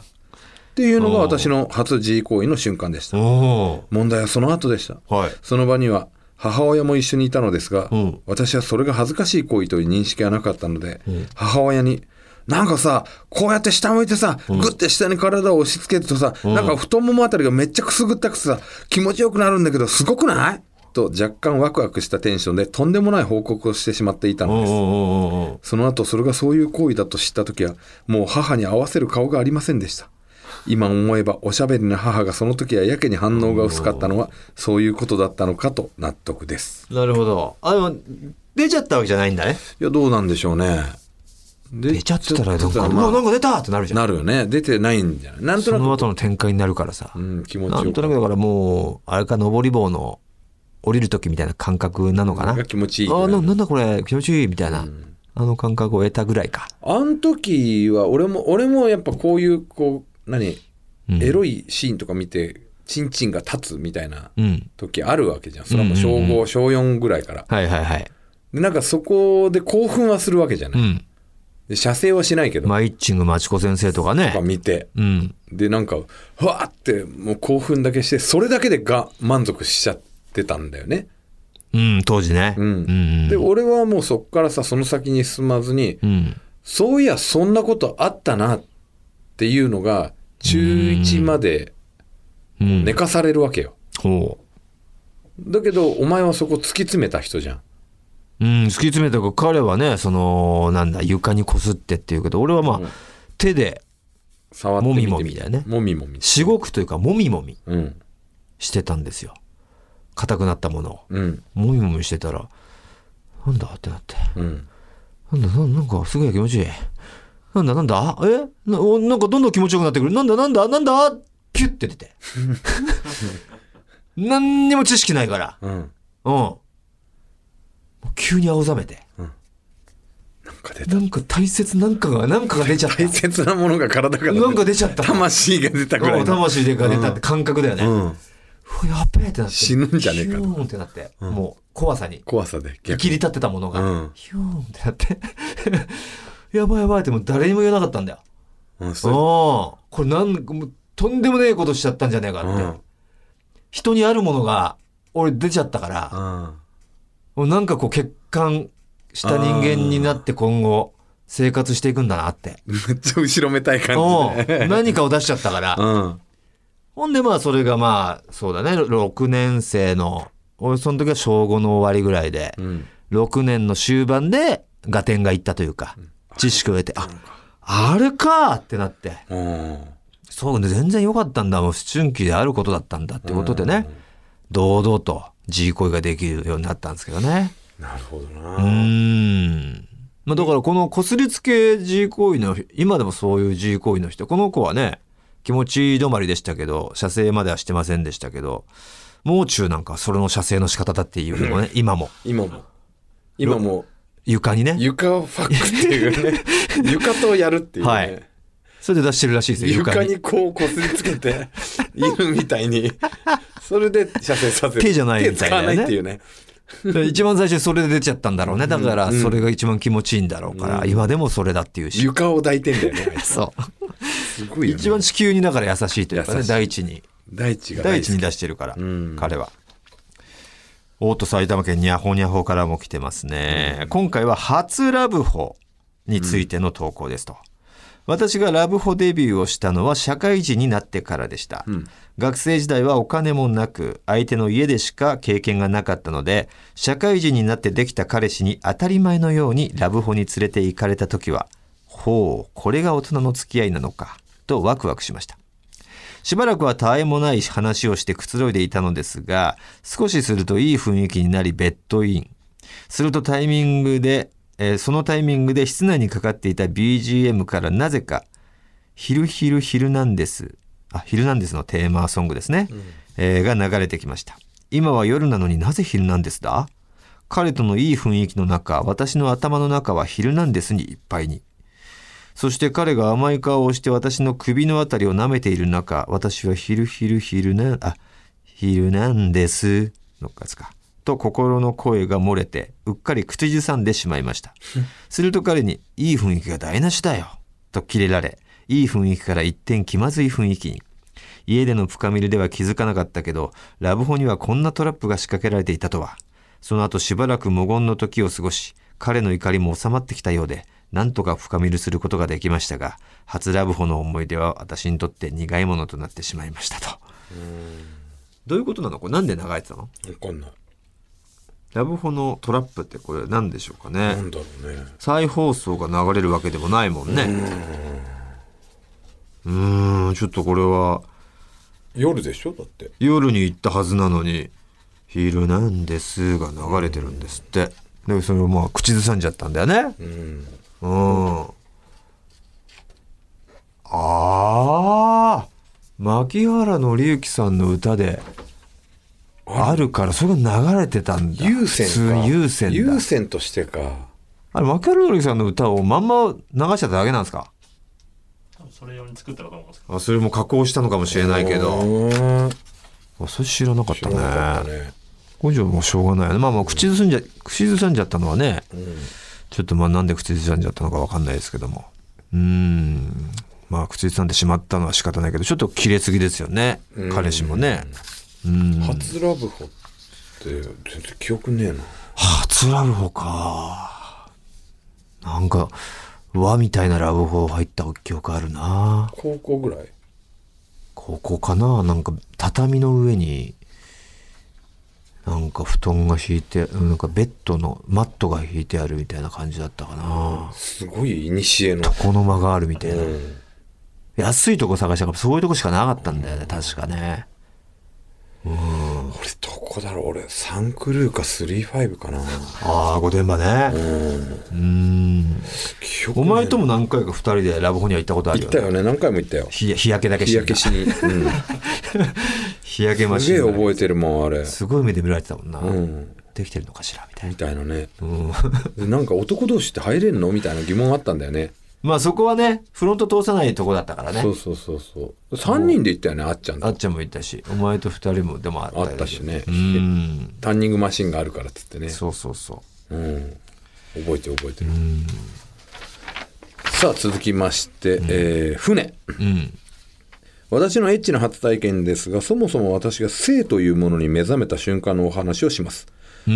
[SPEAKER 2] ていうのが私の初 G 行為の瞬間でした
[SPEAKER 1] お
[SPEAKER 2] 問題はその後でした
[SPEAKER 1] はい。
[SPEAKER 2] その場には母親も一緒にいたのですが、
[SPEAKER 1] うん
[SPEAKER 2] 私はそれが恥ずかしい行為という認識はなかったので、母親に「なんかさこうやって下向いてさ、グッて下に体を押し付けるとさ、なんか太ももあたりがめっちゃくすぐったくてさ気持ちよくなるんだけどすごくない?」と若干ワクワクしたテンションでとんでもない報告をしてしまっていた
[SPEAKER 1] お
[SPEAKER 2] のです。
[SPEAKER 1] お
[SPEAKER 2] その後それがそういう行為だと知った時はもう母に合わせる顔がありませんでした今思えばおしゃべりな母がその時はやけに反応が薄かったのはそういうことだったのかと納得です
[SPEAKER 1] なるほど。あ、でも、出ちゃったわけじゃないんだね。
[SPEAKER 2] いやどうなんでしょうね
[SPEAKER 1] 出
[SPEAKER 2] 出
[SPEAKER 1] ちゃってたら、なんか、う
[SPEAKER 2] まあ
[SPEAKER 1] わなんか出たってなるじゃん。
[SPEAKER 2] なるよね出てないんじゃないなんと
[SPEAKER 1] そ
[SPEAKER 2] な
[SPEAKER 1] の後の展開になるからさ。
[SPEAKER 2] く、うん、気持
[SPEAKER 1] な
[SPEAKER 2] ちよ
[SPEAKER 1] んと
[SPEAKER 2] く
[SPEAKER 1] なくだからもう、あれか、上り棒の降りる時みたいな感覚なのかな。
[SPEAKER 2] が気持ちいい
[SPEAKER 1] ああ、ななんだこれ、気持ちいいみたいな、あの感覚を得たぐらいか。
[SPEAKER 2] あん時は俺も俺もやっぱこういうこう何、
[SPEAKER 1] うん
[SPEAKER 2] エロいシーンとか見てチンチンが立つみたいな
[SPEAKER 1] うん。
[SPEAKER 2] 時あるわけじゃんそれはもう小5、
[SPEAKER 1] うんうん
[SPEAKER 2] 小4ぐらいから
[SPEAKER 1] はいはいはい。
[SPEAKER 2] でなんかそこで興奮はするわけじゃ
[SPEAKER 1] う
[SPEAKER 2] ない。
[SPEAKER 1] ん。
[SPEAKER 2] で射精はしないけど、
[SPEAKER 1] マイッチングマチコ先生とか
[SPEAKER 2] やっぱ
[SPEAKER 1] ね。
[SPEAKER 2] 見て。
[SPEAKER 1] うん。
[SPEAKER 2] で、なんか、ふわーってもう興奮だけして、それだけでが満足しちゃってたんだよね。
[SPEAKER 1] うん、当時ね。
[SPEAKER 2] うん。
[SPEAKER 1] うん。
[SPEAKER 2] で、俺はもうそっからさ、その先に進まずに、
[SPEAKER 1] うん。
[SPEAKER 2] そういや、そんなことあったなっていうのが、中1まで
[SPEAKER 1] うん。
[SPEAKER 2] 寝かされるわけよ。
[SPEAKER 1] ほ
[SPEAKER 2] だけど、お前はそこ突き詰めた人じゃん。
[SPEAKER 1] う。うん、突き詰めたか彼はね、その、なんだ、床にこすってっていうけど、俺はまあ、
[SPEAKER 2] うん
[SPEAKER 1] 手で、
[SPEAKER 2] 触ってみて
[SPEAKER 1] もみもみだよね
[SPEAKER 2] もみもみ。
[SPEAKER 1] しごくというか、もみもみ
[SPEAKER 2] うん。
[SPEAKER 1] してたんですよ。硬くなったものを。
[SPEAKER 2] うん。
[SPEAKER 1] もみもみしてたら、なんだってなって。
[SPEAKER 2] うん。
[SPEAKER 1] なんだ、ななんかすげえ気持ちいい。なんだなんだえなおなんかどんどん気持ちよくなってくる。なんだなんだなんだピュって出 て。何にも知識ないから。
[SPEAKER 2] うん
[SPEAKER 1] うん。もう急に青ざめて。
[SPEAKER 2] なんか出た
[SPEAKER 1] なんか大切なんかが、なんかが出ちゃった。
[SPEAKER 2] 大切なものが体から
[SPEAKER 1] なんか出ちゃった。
[SPEAKER 2] 魂が出たぐら
[SPEAKER 1] う
[SPEAKER 2] い
[SPEAKER 1] ん
[SPEAKER 2] の
[SPEAKER 1] 魂でが出たって感覚だよね。
[SPEAKER 2] うん、
[SPEAKER 1] うわやっべえってなって。
[SPEAKER 2] 死ぬんじゃねえかと
[SPEAKER 1] ヒューンってなって。もう怖さに。
[SPEAKER 2] 怖さで
[SPEAKER 1] 切り立ってたものが、
[SPEAKER 2] うん
[SPEAKER 1] ヒューンってなって、 やばいやばいってもう誰にも言わなかったんだよ。
[SPEAKER 2] うん
[SPEAKER 1] うん
[SPEAKER 2] そ
[SPEAKER 1] これなんもうとんでもねえことしちゃったんじゃねえか
[SPEAKER 2] う
[SPEAKER 1] って。
[SPEAKER 2] うん
[SPEAKER 1] 人にあるものが、俺出ちゃったから、
[SPEAKER 2] うん
[SPEAKER 1] もうなんかこう欠陥した人間になって今後、生活していくんだな って。
[SPEAKER 2] めっちゃ後ろめたい感じ
[SPEAKER 1] う
[SPEAKER 2] で
[SPEAKER 1] ん何かを出しちゃったから
[SPEAKER 2] う。ん
[SPEAKER 1] ほんでまあそれがまあ、そうだね、6年生の、俺その時は小5の終わりぐらいで、
[SPEAKER 2] うん
[SPEAKER 1] 6年の終盤でガテンがいったというか、知識を得て、あ、あれかってなって、
[SPEAKER 2] うん
[SPEAKER 1] そうね、全然良かったんだ、もう思春期であることだったんだってことでね、堂々と自慰行為ができるようになったんですけどね。
[SPEAKER 2] なるほどな
[SPEAKER 1] うーん。まあだからこのこすりつけ自慰行為の、今でもそういう自慰行為の人、この子はね、気持ち止まりでしたけど、射精まではしてませんでしたけど、もう中なんかはそれの射精の仕方だっていう のね、今も。
[SPEAKER 2] 今も今も
[SPEAKER 1] 床にね。
[SPEAKER 2] 床をファックってい うね床とやるっていうね、
[SPEAKER 1] はいそれで出してるらしいですよ、
[SPEAKER 2] 床にこうこすりつけて犬みたいにそれで射精させる
[SPEAKER 1] 手じゃないみたいなね
[SPEAKER 2] 手使わないっていうね
[SPEAKER 1] で一番最初にそれで出ちゃったんだろうね。だから、
[SPEAKER 2] うん
[SPEAKER 1] それが一番気持ちいいんだろうから、
[SPEAKER 2] うん
[SPEAKER 1] 今でもそれだっていうし。
[SPEAKER 2] 床を抱いてんだよねあいつ
[SPEAKER 1] そう。
[SPEAKER 2] すごいよ、ね、
[SPEAKER 1] 一番地球にだから優しいというかね、
[SPEAKER 2] 優しい
[SPEAKER 1] 大地に。
[SPEAKER 2] 大地が
[SPEAKER 1] 大地
[SPEAKER 2] 好
[SPEAKER 1] に
[SPEAKER 2] き
[SPEAKER 1] 出してるから、
[SPEAKER 2] うん
[SPEAKER 1] 彼は。おと埼玉県にゃほにゃほからも来てますね。今回は初ラブホについての投稿ですと。私がラブホデビューをしたのは社会人になってからでした。
[SPEAKER 2] ん
[SPEAKER 1] 学生時代はお金もなく、相手の家でしか経験がなかったので、社会人になってできた彼氏に当たり前のようにラブホに連れて行かれた時は、ほう、これが大人の付き合いなのか、とワクワクしました。しばらくはたわいもない話をしてくつろいでいたのですが、少しするといい雰囲気になりベッドイン。するとタイミングで、えーそのタイミングで室内にかかっていた BGM からなぜか、ヒルヒルヒルナンデス、あ、ヒルナンデスのテーマソングですね、えーが流れてきました。今は夜なのになぜヒルナンデスだ彼とのいい雰囲気の中、私の頭の中はヒルナンデスにいっぱいに。そして彼が甘い顔をして私の首のあたりを舐めている中、私はヒルヒルヒルな、あ、ヒルなんです。のっかつか。と心の声が漏れて、うっかり口ずさんでしまいました。すると彼に、いい雰囲気が台無しだよ。とキレられ、いい雰囲気から一転気まずい雰囲気に。家でのプカミルでは気づかなかったけど、ラブホにはこんなトラップが仕掛けられていたとは。その後しばらく無言の時を過ごし、彼の怒りも収まってきたようで、なんとか深みるすることができましたが、初ラブホの思い出は私にとって苦いものとなってしまいましたと。どういうことなのこれなんで流れてたの
[SPEAKER 2] わかんない
[SPEAKER 1] ラブホのトラップってこれ何でしょうか
[SPEAKER 2] な
[SPEAKER 1] ね
[SPEAKER 2] んだろうね
[SPEAKER 1] 再放送が流れるわけでもないもんね。うーん、ちょっとこれは
[SPEAKER 2] 夜でしょだって
[SPEAKER 1] 夜に行ったはずなのに「昼なんです」が流れてるんですってでそれをまあ口ずさんじゃったんだよね
[SPEAKER 2] うん
[SPEAKER 1] うん、ああ牧原紀之さんの歌であるからそれが流れてたんだ
[SPEAKER 2] 優先か
[SPEAKER 1] 普通優先だ
[SPEAKER 2] 優先としてか
[SPEAKER 1] あれ牧原紀之さんの歌をまんま流しちゃっただけなんですか
[SPEAKER 3] 多分それ用に作ったのかと思うんですけ
[SPEAKER 1] あそれも加工したのかもしれないけど
[SPEAKER 2] うーん
[SPEAKER 1] あそれ知らなかった
[SPEAKER 2] 知らなかった
[SPEAKER 1] ね
[SPEAKER 2] ね
[SPEAKER 1] これ以上もうしょうがないよねまあまあ口ずさんじゃ口ずさんじゃったのはね、ちょっとまあなんで口ずさんじゃったのかわかんないですけどもうーんまあ口ずさんでしまったのは仕方ないけどちょっと切れすぎですよね彼氏もねうん
[SPEAKER 2] 初ラブホって全然記憶ねえな
[SPEAKER 1] 初ラブホかなんか和みたいなラブホ入った記憶あるな
[SPEAKER 2] 高校ぐらい
[SPEAKER 1] ここかななんか畳の上になんか布団が敷いてうんなんかベッドのマットが敷いてあるみたいな感じだったかな
[SPEAKER 2] すごい古の
[SPEAKER 1] 床の間があるみたいな、
[SPEAKER 2] うん
[SPEAKER 1] 安いとこ探したからそういうとこしかなかったんだよね確かね
[SPEAKER 2] れどこだろう俺サンクルーか35かな
[SPEAKER 1] ああ御殿場
[SPEAKER 2] う
[SPEAKER 1] ね
[SPEAKER 2] ん
[SPEAKER 1] うん
[SPEAKER 2] 記憶
[SPEAKER 1] お
[SPEAKER 2] ね
[SPEAKER 1] 前とも何回か2人でラブホには行ったことある
[SPEAKER 2] 行
[SPEAKER 1] よ
[SPEAKER 2] った
[SPEAKER 1] ね
[SPEAKER 2] よね何回も行ったよ
[SPEAKER 1] 日日焼けだけ
[SPEAKER 2] 日
[SPEAKER 1] して
[SPEAKER 2] 焼けしに、う
[SPEAKER 1] 日焼け
[SPEAKER 2] ん、
[SPEAKER 1] マ
[SPEAKER 2] す
[SPEAKER 1] シ
[SPEAKER 2] げえ
[SPEAKER 1] ンが
[SPEAKER 2] 覚えてるもんあれ
[SPEAKER 1] すごい目で見られてたもんな、
[SPEAKER 2] うん
[SPEAKER 1] できてるのかしらみたい
[SPEAKER 2] み
[SPEAKER 1] な、
[SPEAKER 2] たいなね
[SPEAKER 1] うん、
[SPEAKER 2] でなんか男同士って入れんのみたいな疑問あったんだよね
[SPEAKER 1] まあそこはねフロント通さないとこだったからね
[SPEAKER 2] そうそうそうそう3人で行ったよねあっちゃん
[SPEAKER 1] あ
[SPEAKER 2] と
[SPEAKER 1] っちゃんもいたしお前と2人もでもあったよ
[SPEAKER 2] あったしね
[SPEAKER 1] うん
[SPEAKER 2] タンニングマシンがあるからっつってね
[SPEAKER 1] そうそうそ
[SPEAKER 2] うん、覚えてる覚えてる
[SPEAKER 1] ううん、
[SPEAKER 2] さあ続きまして、えー船
[SPEAKER 1] うん、
[SPEAKER 2] 私のエッチな初体験ですがそもそも私が性というものに目覚めた瞬間のお話をします、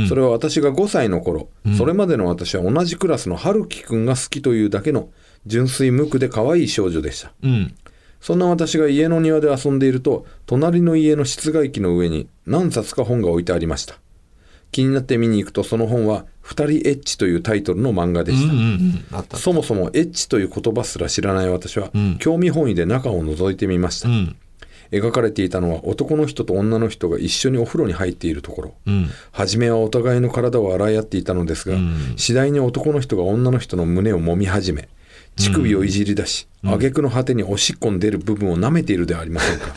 [SPEAKER 2] それは私が5歳の頃、それまでの私は同じクラスの春樹くんが好きというだけの純粋無垢で可愛い少女でした
[SPEAKER 1] うん、
[SPEAKER 2] そんな私が家の庭で遊んでいると隣の家の室外機の上に何冊か本が置いてありました気になって見に行くとその本は「二人エッチ」というタイトルの漫画で
[SPEAKER 1] うんう
[SPEAKER 2] し
[SPEAKER 1] ん
[SPEAKER 2] た、
[SPEAKER 1] うんあった
[SPEAKER 2] そもそもエッチという言葉すら知らない私は、
[SPEAKER 1] うん
[SPEAKER 2] 興味本位で中を覗いてみました、
[SPEAKER 1] うん
[SPEAKER 2] 描かれていたのは男の人と女の人が一緒にお風呂に入っているところ
[SPEAKER 1] うん
[SPEAKER 2] 初めはお互いの体を洗い合っていたのですが、
[SPEAKER 1] うん
[SPEAKER 2] 次第に男の人が女の人の胸を揉み始め乳首をいじり出し、挙句の果てにおしっこに出る部分を舐めているではありませんか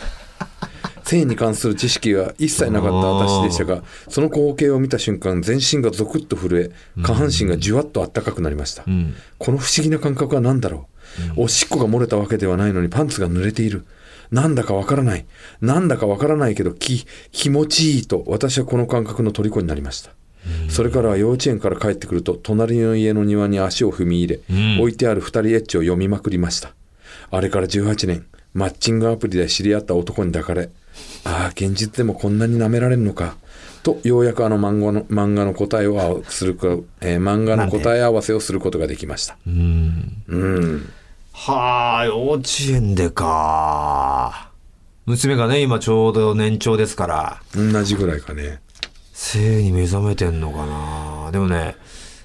[SPEAKER 2] 性に関する知識が一切なかった私でしたがその光景を見た瞬間全身がゾクッと震え下半身がじゅわっとあったかくなりました、
[SPEAKER 1] うん
[SPEAKER 2] この不思議な感覚は何だろう、おしっこが漏れたわけではないのにパンツが濡れているなんだかわからないなんだかわからないけどき気持ちいいと私はこの感覚の虜になりました、それからは幼稚園から帰ってくると隣の家の庭に足を踏み入れ、
[SPEAKER 1] うん
[SPEAKER 2] 置いてある二人エッチを読みまくりましたあれから18年マッチングアプリで知り合った男に抱かれああ現実でもこんなに舐められるのかとようやくあの漫画の漫画の答えをするか、えー漫画の答え合わせをすることができました
[SPEAKER 1] うん
[SPEAKER 2] うん
[SPEAKER 1] はあ幼稚園でか娘がね今ちょうど年長ですから
[SPEAKER 2] 同じぐらいかね
[SPEAKER 1] 性に目覚めてんのかなでもね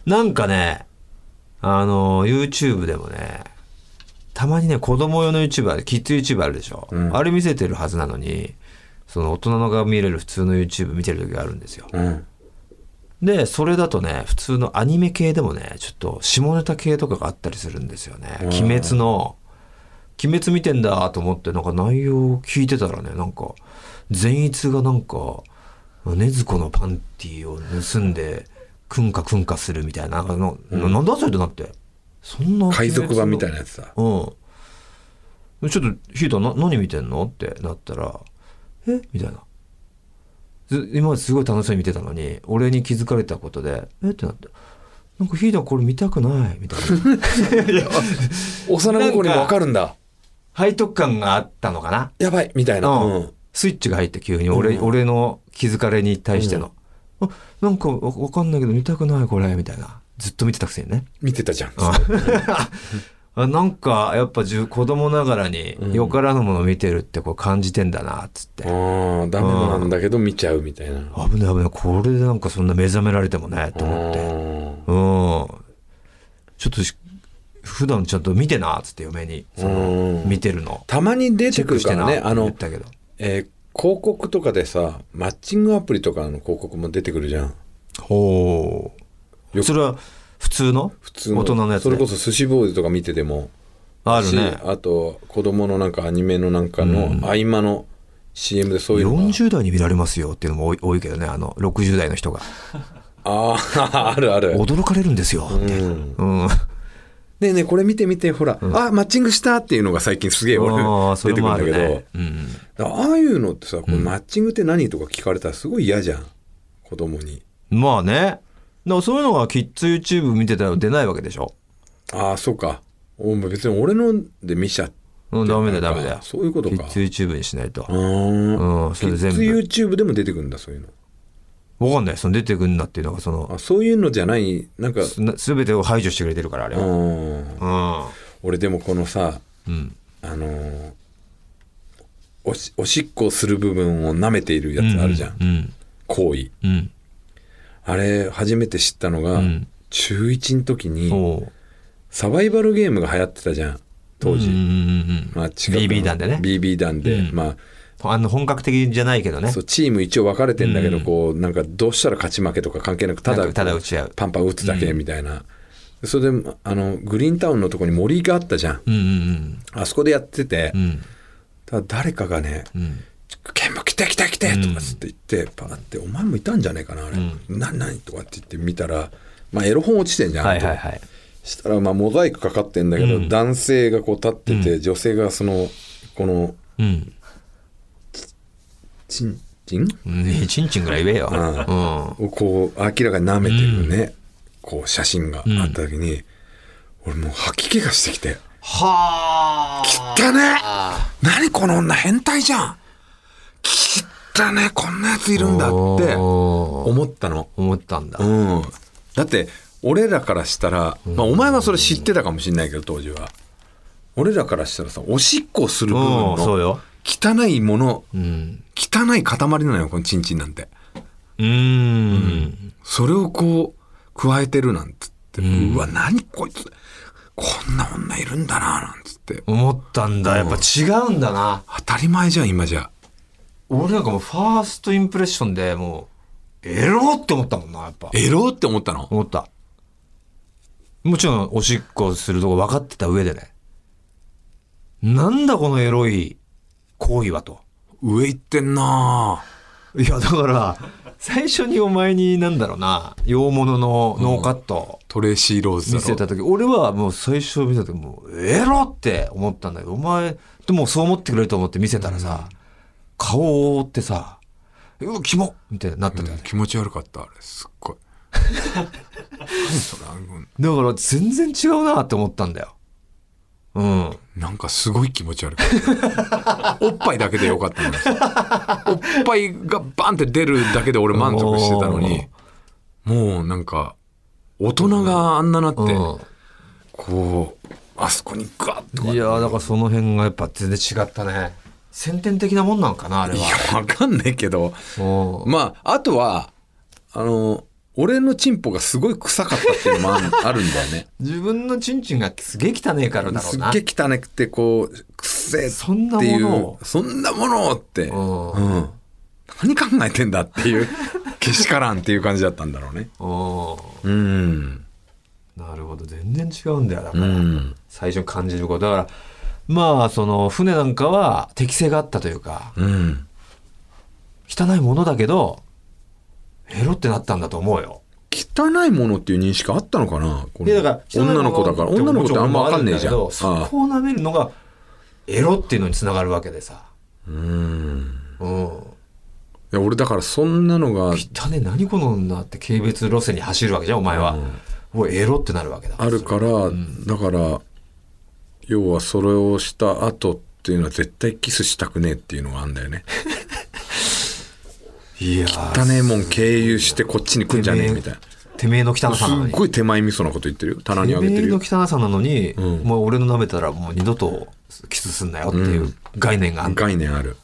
[SPEAKER 1] なんかねあの YouTube でもねたまにね子供用の YouTuber キッズ YouTuber あるでしょ、
[SPEAKER 2] ん
[SPEAKER 1] あれ見せてるはずなのにその大人のが見れる普通の YouTube 見てる時があるんですよ
[SPEAKER 2] うん
[SPEAKER 1] でそれだとね普通のアニメ系でもねちょっと下ネタ系とかがあったりするんですよね「
[SPEAKER 2] うん
[SPEAKER 1] 鬼滅」の「鬼滅」見てんだと思ってなんか内容を聞いてたらねなんか善逸がなんか禰豆子のパンティーを盗んでくんかくんかするみたいななんかの、ななんだそれってなってそんな
[SPEAKER 2] 海賊版みたい
[SPEAKER 1] な
[SPEAKER 2] なやつだ
[SPEAKER 1] うんちょっとヒーターな何見てんのってなったらえみたいなず今まですごい楽しそうに見てたのに俺に気づかれたことでえってなってなんかヒーターこれ見たくないみたい な
[SPEAKER 2] 幼心にもわかるんだ
[SPEAKER 1] 背徳感があったのかな
[SPEAKER 2] やばいみたいな、
[SPEAKER 1] うん
[SPEAKER 2] うん
[SPEAKER 1] スイッチが入って急に俺,、
[SPEAKER 2] うん
[SPEAKER 1] 俺の気づかれに対しての、あなんかわわかんないけど見たくないこれみたいなずっと見てたくせにね
[SPEAKER 2] 見てたじゃん
[SPEAKER 1] あなんかやっぱじゅ子供ながらに
[SPEAKER 2] うん
[SPEAKER 1] よからぬもの見てるってこう感じてんだなっつって、
[SPEAKER 2] ああダメなんだけど見ちゃうみたいな
[SPEAKER 1] 危ない危ないこれでなんかそんな目覚められてもねと思って
[SPEAKER 2] う
[SPEAKER 1] うんちょっとし普段ちゃんと見てなっつって嫁にその
[SPEAKER 2] うん
[SPEAKER 1] 見てるの
[SPEAKER 2] たまに出てくるからねあ
[SPEAKER 1] 言
[SPEAKER 2] の
[SPEAKER 1] っ、たけど
[SPEAKER 2] えー広告とかでさマッチングアプリとかの広告も出てくるじゃん
[SPEAKER 1] ほう
[SPEAKER 2] よく
[SPEAKER 1] それは普通の
[SPEAKER 2] 普通の
[SPEAKER 1] 大人のやつ
[SPEAKER 2] そ
[SPEAKER 1] ね、
[SPEAKER 2] れこそ寿司ボーイズとか見てても
[SPEAKER 1] あるね
[SPEAKER 2] しあと子供のなんかアニメのなんかの
[SPEAKER 1] うん
[SPEAKER 2] 合間の CM でそういうのが
[SPEAKER 1] 40代に見られますよっていうのも多い多いけどねあの60代の人が
[SPEAKER 2] あ ああるある
[SPEAKER 1] 驚かれるんですよみたいな
[SPEAKER 2] うん
[SPEAKER 1] うん
[SPEAKER 2] ねえねえこれ見て見てほら、あマッチングしたっていうのが最近すげえ俺
[SPEAKER 1] あーそ
[SPEAKER 2] 出て
[SPEAKER 1] れ
[SPEAKER 2] くる
[SPEAKER 1] もあ
[SPEAKER 2] んだけ
[SPEAKER 1] る
[SPEAKER 2] ど、
[SPEAKER 1] ねうん
[SPEAKER 2] だからああいうのってさこれマッチングって何とか聞かれたらすごい嫌じゃん子供に
[SPEAKER 1] まあね。だからそういうのがキッズ YouTube 見てたら出ないわけでしょ。
[SPEAKER 2] ああそうかお前別に俺ので見ちゃ
[SPEAKER 1] うん、ダメだよダメだよ。
[SPEAKER 2] そういうことか
[SPEAKER 1] キッズ YouTube にしないと
[SPEAKER 2] う。ー
[SPEAKER 1] うんん
[SPEAKER 2] キ
[SPEAKER 1] それ
[SPEAKER 2] ッ
[SPEAKER 1] 全部
[SPEAKER 2] ズ YouTube でも出てくるんだそういうの
[SPEAKER 1] わかんない。その出てくんなっていうのが、その、
[SPEAKER 2] あそういうのじゃないなんか
[SPEAKER 1] すな全てを排除してくれてるから、あれ
[SPEAKER 2] う
[SPEAKER 1] は。
[SPEAKER 2] ん俺でもこのさ
[SPEAKER 1] うん。うん。
[SPEAKER 2] あのーおしおしっこする部分を舐めているやつあるじゃん、
[SPEAKER 1] うん。
[SPEAKER 2] 行為
[SPEAKER 1] うん。
[SPEAKER 2] あれ初めて知ったのが、
[SPEAKER 1] うん
[SPEAKER 2] 中1の時
[SPEAKER 1] うん
[SPEAKER 2] に
[SPEAKER 1] おう
[SPEAKER 2] サバイバルゲームが流行ってたじゃん当時、
[SPEAKER 1] うんうんうんうん
[SPEAKER 2] まあ、近くの
[SPEAKER 1] BB 弾でね。
[SPEAKER 2] BB 弾で、
[SPEAKER 1] うん
[SPEAKER 2] まあ
[SPEAKER 1] あの本格的じゃないけどね
[SPEAKER 2] そうチーム一応分かれてんだけど、
[SPEAKER 1] うん
[SPEAKER 2] こうなんかどうしたら勝ち負けとか関係なくた
[SPEAKER 1] な
[SPEAKER 2] だ
[SPEAKER 1] んかただ打ち合う
[SPEAKER 2] パンパン打つだけみたいな、それであのグリーンタウンのとこに森があったじゃん
[SPEAKER 1] うんうん
[SPEAKER 2] あそこでやってて、
[SPEAKER 1] うんうん
[SPEAKER 2] ただ誰かがね
[SPEAKER 1] うん
[SPEAKER 2] 「剣も来て来て来て!」とかつって言ってパーって「お前もいたんじゃねえかなあれ、な何?」とかって言って見たら、まあ、エロ本落ちてんじゃん、
[SPEAKER 1] はいはいはい
[SPEAKER 2] したらまあモザイクかかってんだけど、男性がこう立ってて、女性がそのこの
[SPEAKER 1] うん
[SPEAKER 2] チンチン
[SPEAKER 1] うんちんちんぐらい言えよ
[SPEAKER 2] あをこう明らかに舐めてるね、こう写真があった時に、俺もう吐き気がしてきて
[SPEAKER 1] はあ
[SPEAKER 2] 「汚ね何この女変態じゃん汚ねこんなやついるんだ」って
[SPEAKER 1] 思
[SPEAKER 2] 思ったの。
[SPEAKER 1] ったんだ
[SPEAKER 2] うん、だって俺らからしたら、まあ、お前はそれ知ってたかもしれないけど当時は俺らからしたらさおしっこをする部分
[SPEAKER 1] うんそう
[SPEAKER 2] の
[SPEAKER 1] よ
[SPEAKER 2] 汚いもの
[SPEAKER 1] うん
[SPEAKER 2] 汚い塊なのよこのチンチンなんて
[SPEAKER 1] うーん
[SPEAKER 2] それをこう加えてるなんつって、う
[SPEAKER 1] うん
[SPEAKER 2] わ何こいつこんな女いるんだななんつって
[SPEAKER 1] 思ったんだやっぱ違うんだな
[SPEAKER 2] 当たり前じゃん今じゃ
[SPEAKER 1] 俺なんかもうファーストインプレッションでもうエロって思ったもんなやっぱ
[SPEAKER 2] エロって思ったの
[SPEAKER 1] 思ったもちろんおしっこするとこ分かってた上でねなんだこのエロい行為はと
[SPEAKER 2] 上行ってんない
[SPEAKER 1] やだから最初にお前になんだろうな洋物のノーカット
[SPEAKER 2] トレーシー・ローズだ
[SPEAKER 1] 見
[SPEAKER 2] ろ
[SPEAKER 1] せた時、俺はもう最初見た時もうエロって思ったんだけどお前でもそう思ってくれると思って見せたらさ、顔を覆ってさ「うわキモっ!」みたいになってたよね、
[SPEAKER 2] 気持ち悪かったあれすっごい何それあの
[SPEAKER 1] だから全然違うなって思ったんだよ。うん。
[SPEAKER 2] なんかすごい気持ち悪かった。おっぱいだけでよかったんですよ。おっぱいがバンって出るだけで俺満足してたのに、もうなんか、大人があんななって、
[SPEAKER 1] う
[SPEAKER 2] こう、あそこにガッと
[SPEAKER 1] ん、
[SPEAKER 2] か。
[SPEAKER 1] いやーだからその辺がやっぱ全然違ったね。先天的なもんなんかなあれ
[SPEAKER 2] い
[SPEAKER 1] は。
[SPEAKER 2] や、わかんないけど。
[SPEAKER 1] うん
[SPEAKER 2] まあ、あとは、あの、俺のチンポがすごい臭かったっていうのもあんあるんだよね。
[SPEAKER 1] 自分のチンチンがすげえ汚ねえからだろ
[SPEAKER 2] す
[SPEAKER 1] う
[SPEAKER 2] っ
[SPEAKER 1] な。
[SPEAKER 2] げえ汚くて、こう、くせえ
[SPEAKER 1] そんな
[SPEAKER 2] っ
[SPEAKER 1] も
[SPEAKER 2] てい
[SPEAKER 1] の
[SPEAKER 2] う
[SPEAKER 1] を、。
[SPEAKER 2] そんなものをって。
[SPEAKER 1] うん
[SPEAKER 2] う。ん、何考えてんだって いうけしからんっていう感じだったんだろうね
[SPEAKER 1] うん
[SPEAKER 2] うん
[SPEAKER 1] なるほど全然違うんだよだか
[SPEAKER 2] う
[SPEAKER 1] ら、
[SPEAKER 2] ん
[SPEAKER 1] 最初に感じることだからまあその船なんかは適性があったというか
[SPEAKER 2] うん
[SPEAKER 1] 汚いものだけどエロってなったんだと思うよ。
[SPEAKER 2] 汚いものっていう認識あったのかなこの
[SPEAKER 1] いやだから
[SPEAKER 2] 女の子だから女の子ってあんま分かんねえじゃん
[SPEAKER 1] もちろ
[SPEAKER 2] あ
[SPEAKER 1] ん
[SPEAKER 2] あ
[SPEAKER 1] そこを舐めるのがエロっていうのにつながるわけでさ
[SPEAKER 2] うん
[SPEAKER 1] うん
[SPEAKER 2] いや俺だからそんなのが
[SPEAKER 1] 汚ね何この女って軽蔑路線に走るわけじゃんお前は、おいエロってなるわけだ
[SPEAKER 2] あるから、だから要はそれをした後っていうのは絶対キスしたくねえっていうのがあるんだよね
[SPEAKER 1] いや
[SPEAKER 2] 汚ねえも
[SPEAKER 1] ん
[SPEAKER 2] ん経由してこっちに来んじゃねえみたいな
[SPEAKER 1] てめえの汚
[SPEAKER 2] す
[SPEAKER 1] さなの
[SPEAKER 2] っ
[SPEAKER 1] に
[SPEAKER 2] ごい手前味噌なこと言ってるよ棚にあ
[SPEAKER 1] て
[SPEAKER 2] げ
[SPEAKER 1] め
[SPEAKER 2] て
[SPEAKER 1] え
[SPEAKER 2] る
[SPEAKER 1] の
[SPEAKER 2] よ
[SPEAKER 1] 汚さなのに、
[SPEAKER 2] うん
[SPEAKER 1] もう俺の舐めたらもう二度とキスすんなよっていう概念があんの
[SPEAKER 2] 概念ある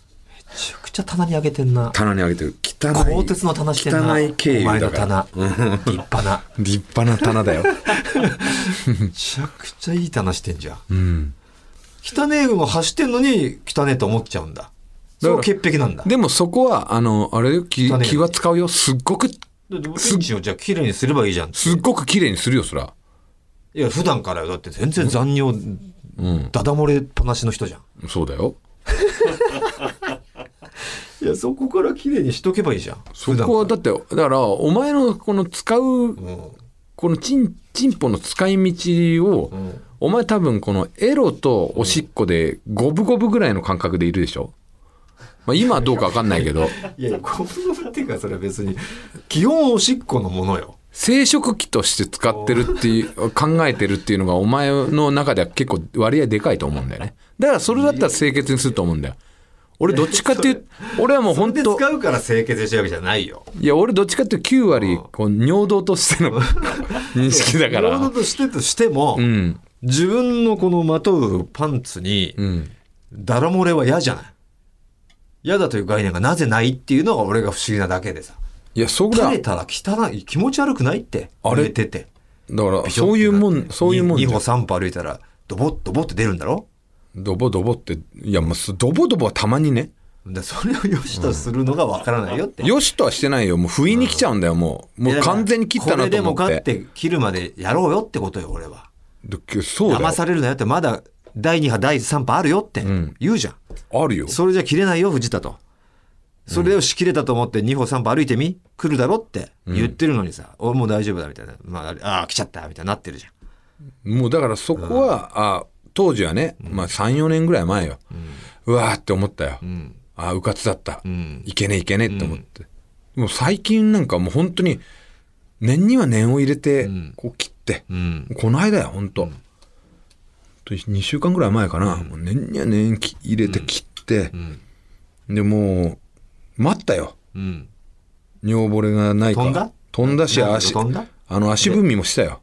[SPEAKER 1] めちゃくちゃ棚にあげてんな
[SPEAKER 2] 棚にあげてる汚い
[SPEAKER 1] 鋼鉄の棚してんな
[SPEAKER 2] 汚い経由
[SPEAKER 1] お前
[SPEAKER 2] だ
[SPEAKER 1] の
[SPEAKER 2] から
[SPEAKER 1] 棚立派な
[SPEAKER 2] 立派な棚 だよ、
[SPEAKER 1] めちゃくちゃいい棚してんじゃん
[SPEAKER 2] うん、
[SPEAKER 1] 汚ねえも走ってんのに汚ねえと思っちゃうんだ。それは
[SPEAKER 2] だから
[SPEAKER 1] 潔癖なんだ。
[SPEAKER 2] でもそこはあのあれよ気
[SPEAKER 1] 汚ねえ
[SPEAKER 2] 気は使うよすっごく
[SPEAKER 1] だっておちんちんをじゃあ綺麗にすればいいじゃん。
[SPEAKER 2] すっごく綺麗にするよそら
[SPEAKER 1] いや、普段からよ。だって全然残尿、
[SPEAKER 2] うん
[SPEAKER 1] ダダ漏れっぱなしの人じゃん。
[SPEAKER 2] そうだよ
[SPEAKER 1] いや、そこから綺麗にしとけばいいじゃん。
[SPEAKER 2] そこはだってだからお前のこの使う
[SPEAKER 1] 普段から。
[SPEAKER 2] このチンチンポの使い道を、
[SPEAKER 1] うん。うん。
[SPEAKER 2] お前多分このエロとおしっこで五分五分ぐらいの感覚でいるでしょ、まあ、今はどうか分かんないけど
[SPEAKER 1] いやいや、こ分っていうか、それは別に、基本おしっこのものよ。
[SPEAKER 2] 生殖器として使ってるっていう考えてるっていうのがお前の中では結構割合でかいと思うんだよねだからそれだったら清潔にすると思うんだよ俺どっちかっていう俺はもう
[SPEAKER 1] ほん
[SPEAKER 2] 本
[SPEAKER 1] で
[SPEAKER 2] 当
[SPEAKER 1] 使うから清潔にしてるわけじゃないよ。
[SPEAKER 2] いや俺どっちかっていうと9割こう尿道として の認識だか
[SPEAKER 1] なるほ
[SPEAKER 2] ら
[SPEAKER 1] どとしてとしても、
[SPEAKER 2] うん
[SPEAKER 1] 自分のこのまとうパンツに、
[SPEAKER 2] うん
[SPEAKER 1] ダラ漏れは嫌じゃない嫌だという概念がなぜないっていうのが俺が不思議なだけでさ
[SPEAKER 2] いやそこだ
[SPEAKER 1] 垂
[SPEAKER 2] だ
[SPEAKER 1] れ
[SPEAKER 2] か
[SPEAKER 1] たら汚い気持ち悪くないって
[SPEAKER 2] あれ
[SPEAKER 1] 濡てて
[SPEAKER 2] らそういうもんそういうもんじ
[SPEAKER 1] 2
[SPEAKER 2] ゃん
[SPEAKER 1] 歩3歩歩いたらドボッドボって出るんだろ
[SPEAKER 2] ドボドボっていやもうすドボドボはたまにね
[SPEAKER 1] でそれを良しとするのがわからないよって。
[SPEAKER 2] よしとはしてないよもう不意に来ちゃうんだよもうもう完全に切ったなと思
[SPEAKER 1] これで
[SPEAKER 2] っ
[SPEAKER 1] も勝ってて切るまでやろうよってことよ、俺は。
[SPEAKER 2] だそうだよ
[SPEAKER 1] 騙されるなよって、まだ第2波、第3波あるよって
[SPEAKER 2] ん
[SPEAKER 1] 言うじゃん。
[SPEAKER 2] あるよ
[SPEAKER 1] それじゃ切れないよ、藤田と。それをしきれたと思って2歩3歩歩いてみ来るだろって言ってるのにさ、俺もう大丈夫だみたいな。まああれ、ああ、来ちゃったみたいになってるじゃん。
[SPEAKER 2] もうだからそこは、あ当時はね、まあ、34年ぐらい前よ、うわーって思ったよ、ああうかつだった、
[SPEAKER 1] ん
[SPEAKER 2] いけねえいけねえって思って、もう最近なんかもう本当に年には年を入れてこう切って、
[SPEAKER 1] うん。
[SPEAKER 2] この間よ本当、ほんと2週間ぐらい前かな、もう年には年き入れて切って、でもう待ったよ
[SPEAKER 1] うん。
[SPEAKER 2] 尿漏れがないか
[SPEAKER 1] 飛んだ
[SPEAKER 2] 飛んだし
[SPEAKER 1] なん
[SPEAKER 2] 足
[SPEAKER 1] 飛んだ
[SPEAKER 2] あの足踏みもしたよ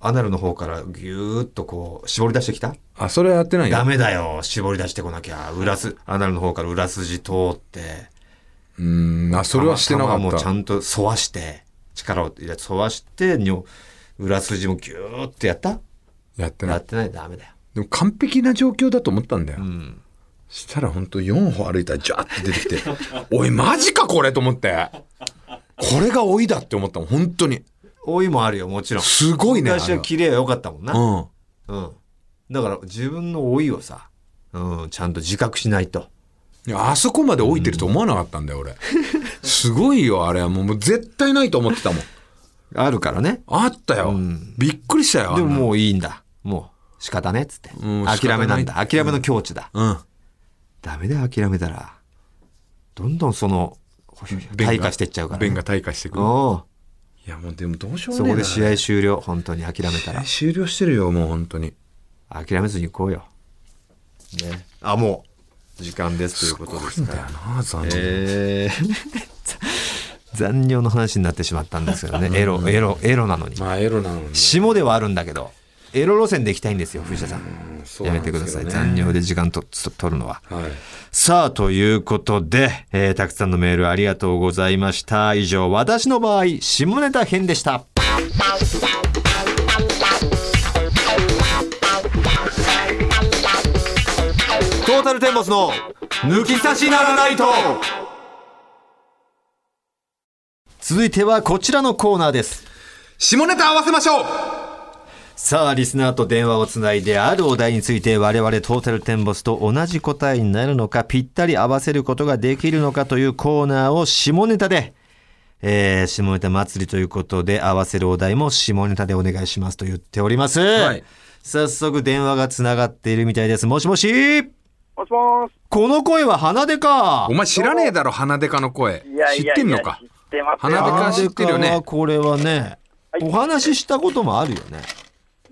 [SPEAKER 1] アナルの方からぎゅーっとこう、絞り出してきた
[SPEAKER 2] あそれはやってないよ
[SPEAKER 1] ダメだよ、絞り出してこなきゃ。裏す、アナルの方から裏筋通って。
[SPEAKER 2] うーんあそれはしてなか
[SPEAKER 1] 頭
[SPEAKER 2] っ
[SPEAKER 1] もちゃ
[SPEAKER 2] た
[SPEAKER 1] んと沿わして、力を入れて沿わして、尿裏筋もぎゅーってやった
[SPEAKER 2] やってな
[SPEAKER 1] や
[SPEAKER 2] い
[SPEAKER 1] ってないとダメだよ。
[SPEAKER 2] でも完璧な状況だと思ったんだよ、
[SPEAKER 1] うん。
[SPEAKER 2] したら本当4歩歩いたらジャーって出てき ておいマジかこれと思ってこれが老いだって思ったもん本当に
[SPEAKER 1] 多いもあるよ、もちろん。
[SPEAKER 2] すごいねあれ
[SPEAKER 1] 昔は綺麗は良かったもんな。
[SPEAKER 2] うん
[SPEAKER 1] うん。だから自分の老いをさ、うん、ちゃんと自覚しないと。
[SPEAKER 2] いやあそこまで老いてると思わなかったんだよ俺すごいよあれはもうもう絶対ないと思ってたもん
[SPEAKER 1] あるからね。
[SPEAKER 2] あったよ、
[SPEAKER 1] ん
[SPEAKER 2] びっくりしたよ
[SPEAKER 1] でも
[SPEAKER 2] う
[SPEAKER 1] もういいんだ。もう仕方ねっつって。
[SPEAKER 2] うん
[SPEAKER 1] 諦めなん
[SPEAKER 2] 仕方な
[SPEAKER 1] だ。諦めの境地だ。
[SPEAKER 2] うん
[SPEAKER 1] ダメだよ、諦めたら。どんどんその、退化してっちゃうから、
[SPEAKER 2] 弁が退化してくる
[SPEAKER 1] おう
[SPEAKER 2] いやもうでもどうしよう
[SPEAKER 1] そ
[SPEAKER 2] もねえ
[SPEAKER 1] こ
[SPEAKER 2] な
[SPEAKER 1] で試合終了、本当に諦めたら。
[SPEAKER 2] 終了してるよもう本当に
[SPEAKER 1] 諦めずに行こうよ。ね。あ、もう、時間ですということです
[SPEAKER 2] だよ
[SPEAKER 1] か。
[SPEAKER 2] な残念
[SPEAKER 1] えー 残尿の話になってしまったんですけどね。エロ、エロ、エロなのに。
[SPEAKER 2] まあエロなのに
[SPEAKER 1] 下ではあるんだけど、エロ路線で行きたいんですよ、藤田さん。
[SPEAKER 2] そう
[SPEAKER 1] や
[SPEAKER 2] な
[SPEAKER 1] め
[SPEAKER 2] んで
[SPEAKER 1] て
[SPEAKER 2] す
[SPEAKER 1] くだ
[SPEAKER 2] よ
[SPEAKER 1] さ
[SPEAKER 2] ね
[SPEAKER 1] い。残尿で時間とと取るのは。
[SPEAKER 2] はい
[SPEAKER 1] さあ、ということで、えーたくさんのメールありがとうございました。以上、私の場合、下ネタ編でした。トータルテンボスの抜き差しならないと続いてはこちらのコーナーです。
[SPEAKER 2] 下ネタ合わせましょう
[SPEAKER 1] さあ、リスナーと電話をつないで、あるお題について我々トータルテンボスと同じ答えになるのか、ぴったり合わせることができるのかというコーナーを下ネタで、えー、下ネタ祭りということで、合わせるお題も下ネタでお願いしますと言っております。
[SPEAKER 2] はい
[SPEAKER 1] 早速電話がつながっているみたいです。もしもし
[SPEAKER 4] もしもーし。
[SPEAKER 1] この声は鼻でか
[SPEAKER 2] お前知らねえだろ鼻でかの声
[SPEAKER 4] いや
[SPEAKER 2] 知
[SPEAKER 4] い
[SPEAKER 2] っ
[SPEAKER 4] やいや
[SPEAKER 2] てんのか
[SPEAKER 4] 知ってます
[SPEAKER 2] 鼻でか
[SPEAKER 4] よ。
[SPEAKER 2] 知ってるよ
[SPEAKER 1] 鼻
[SPEAKER 2] ね
[SPEAKER 1] でかはこれはね、
[SPEAKER 4] はい
[SPEAKER 1] お話ししたこともあるよね。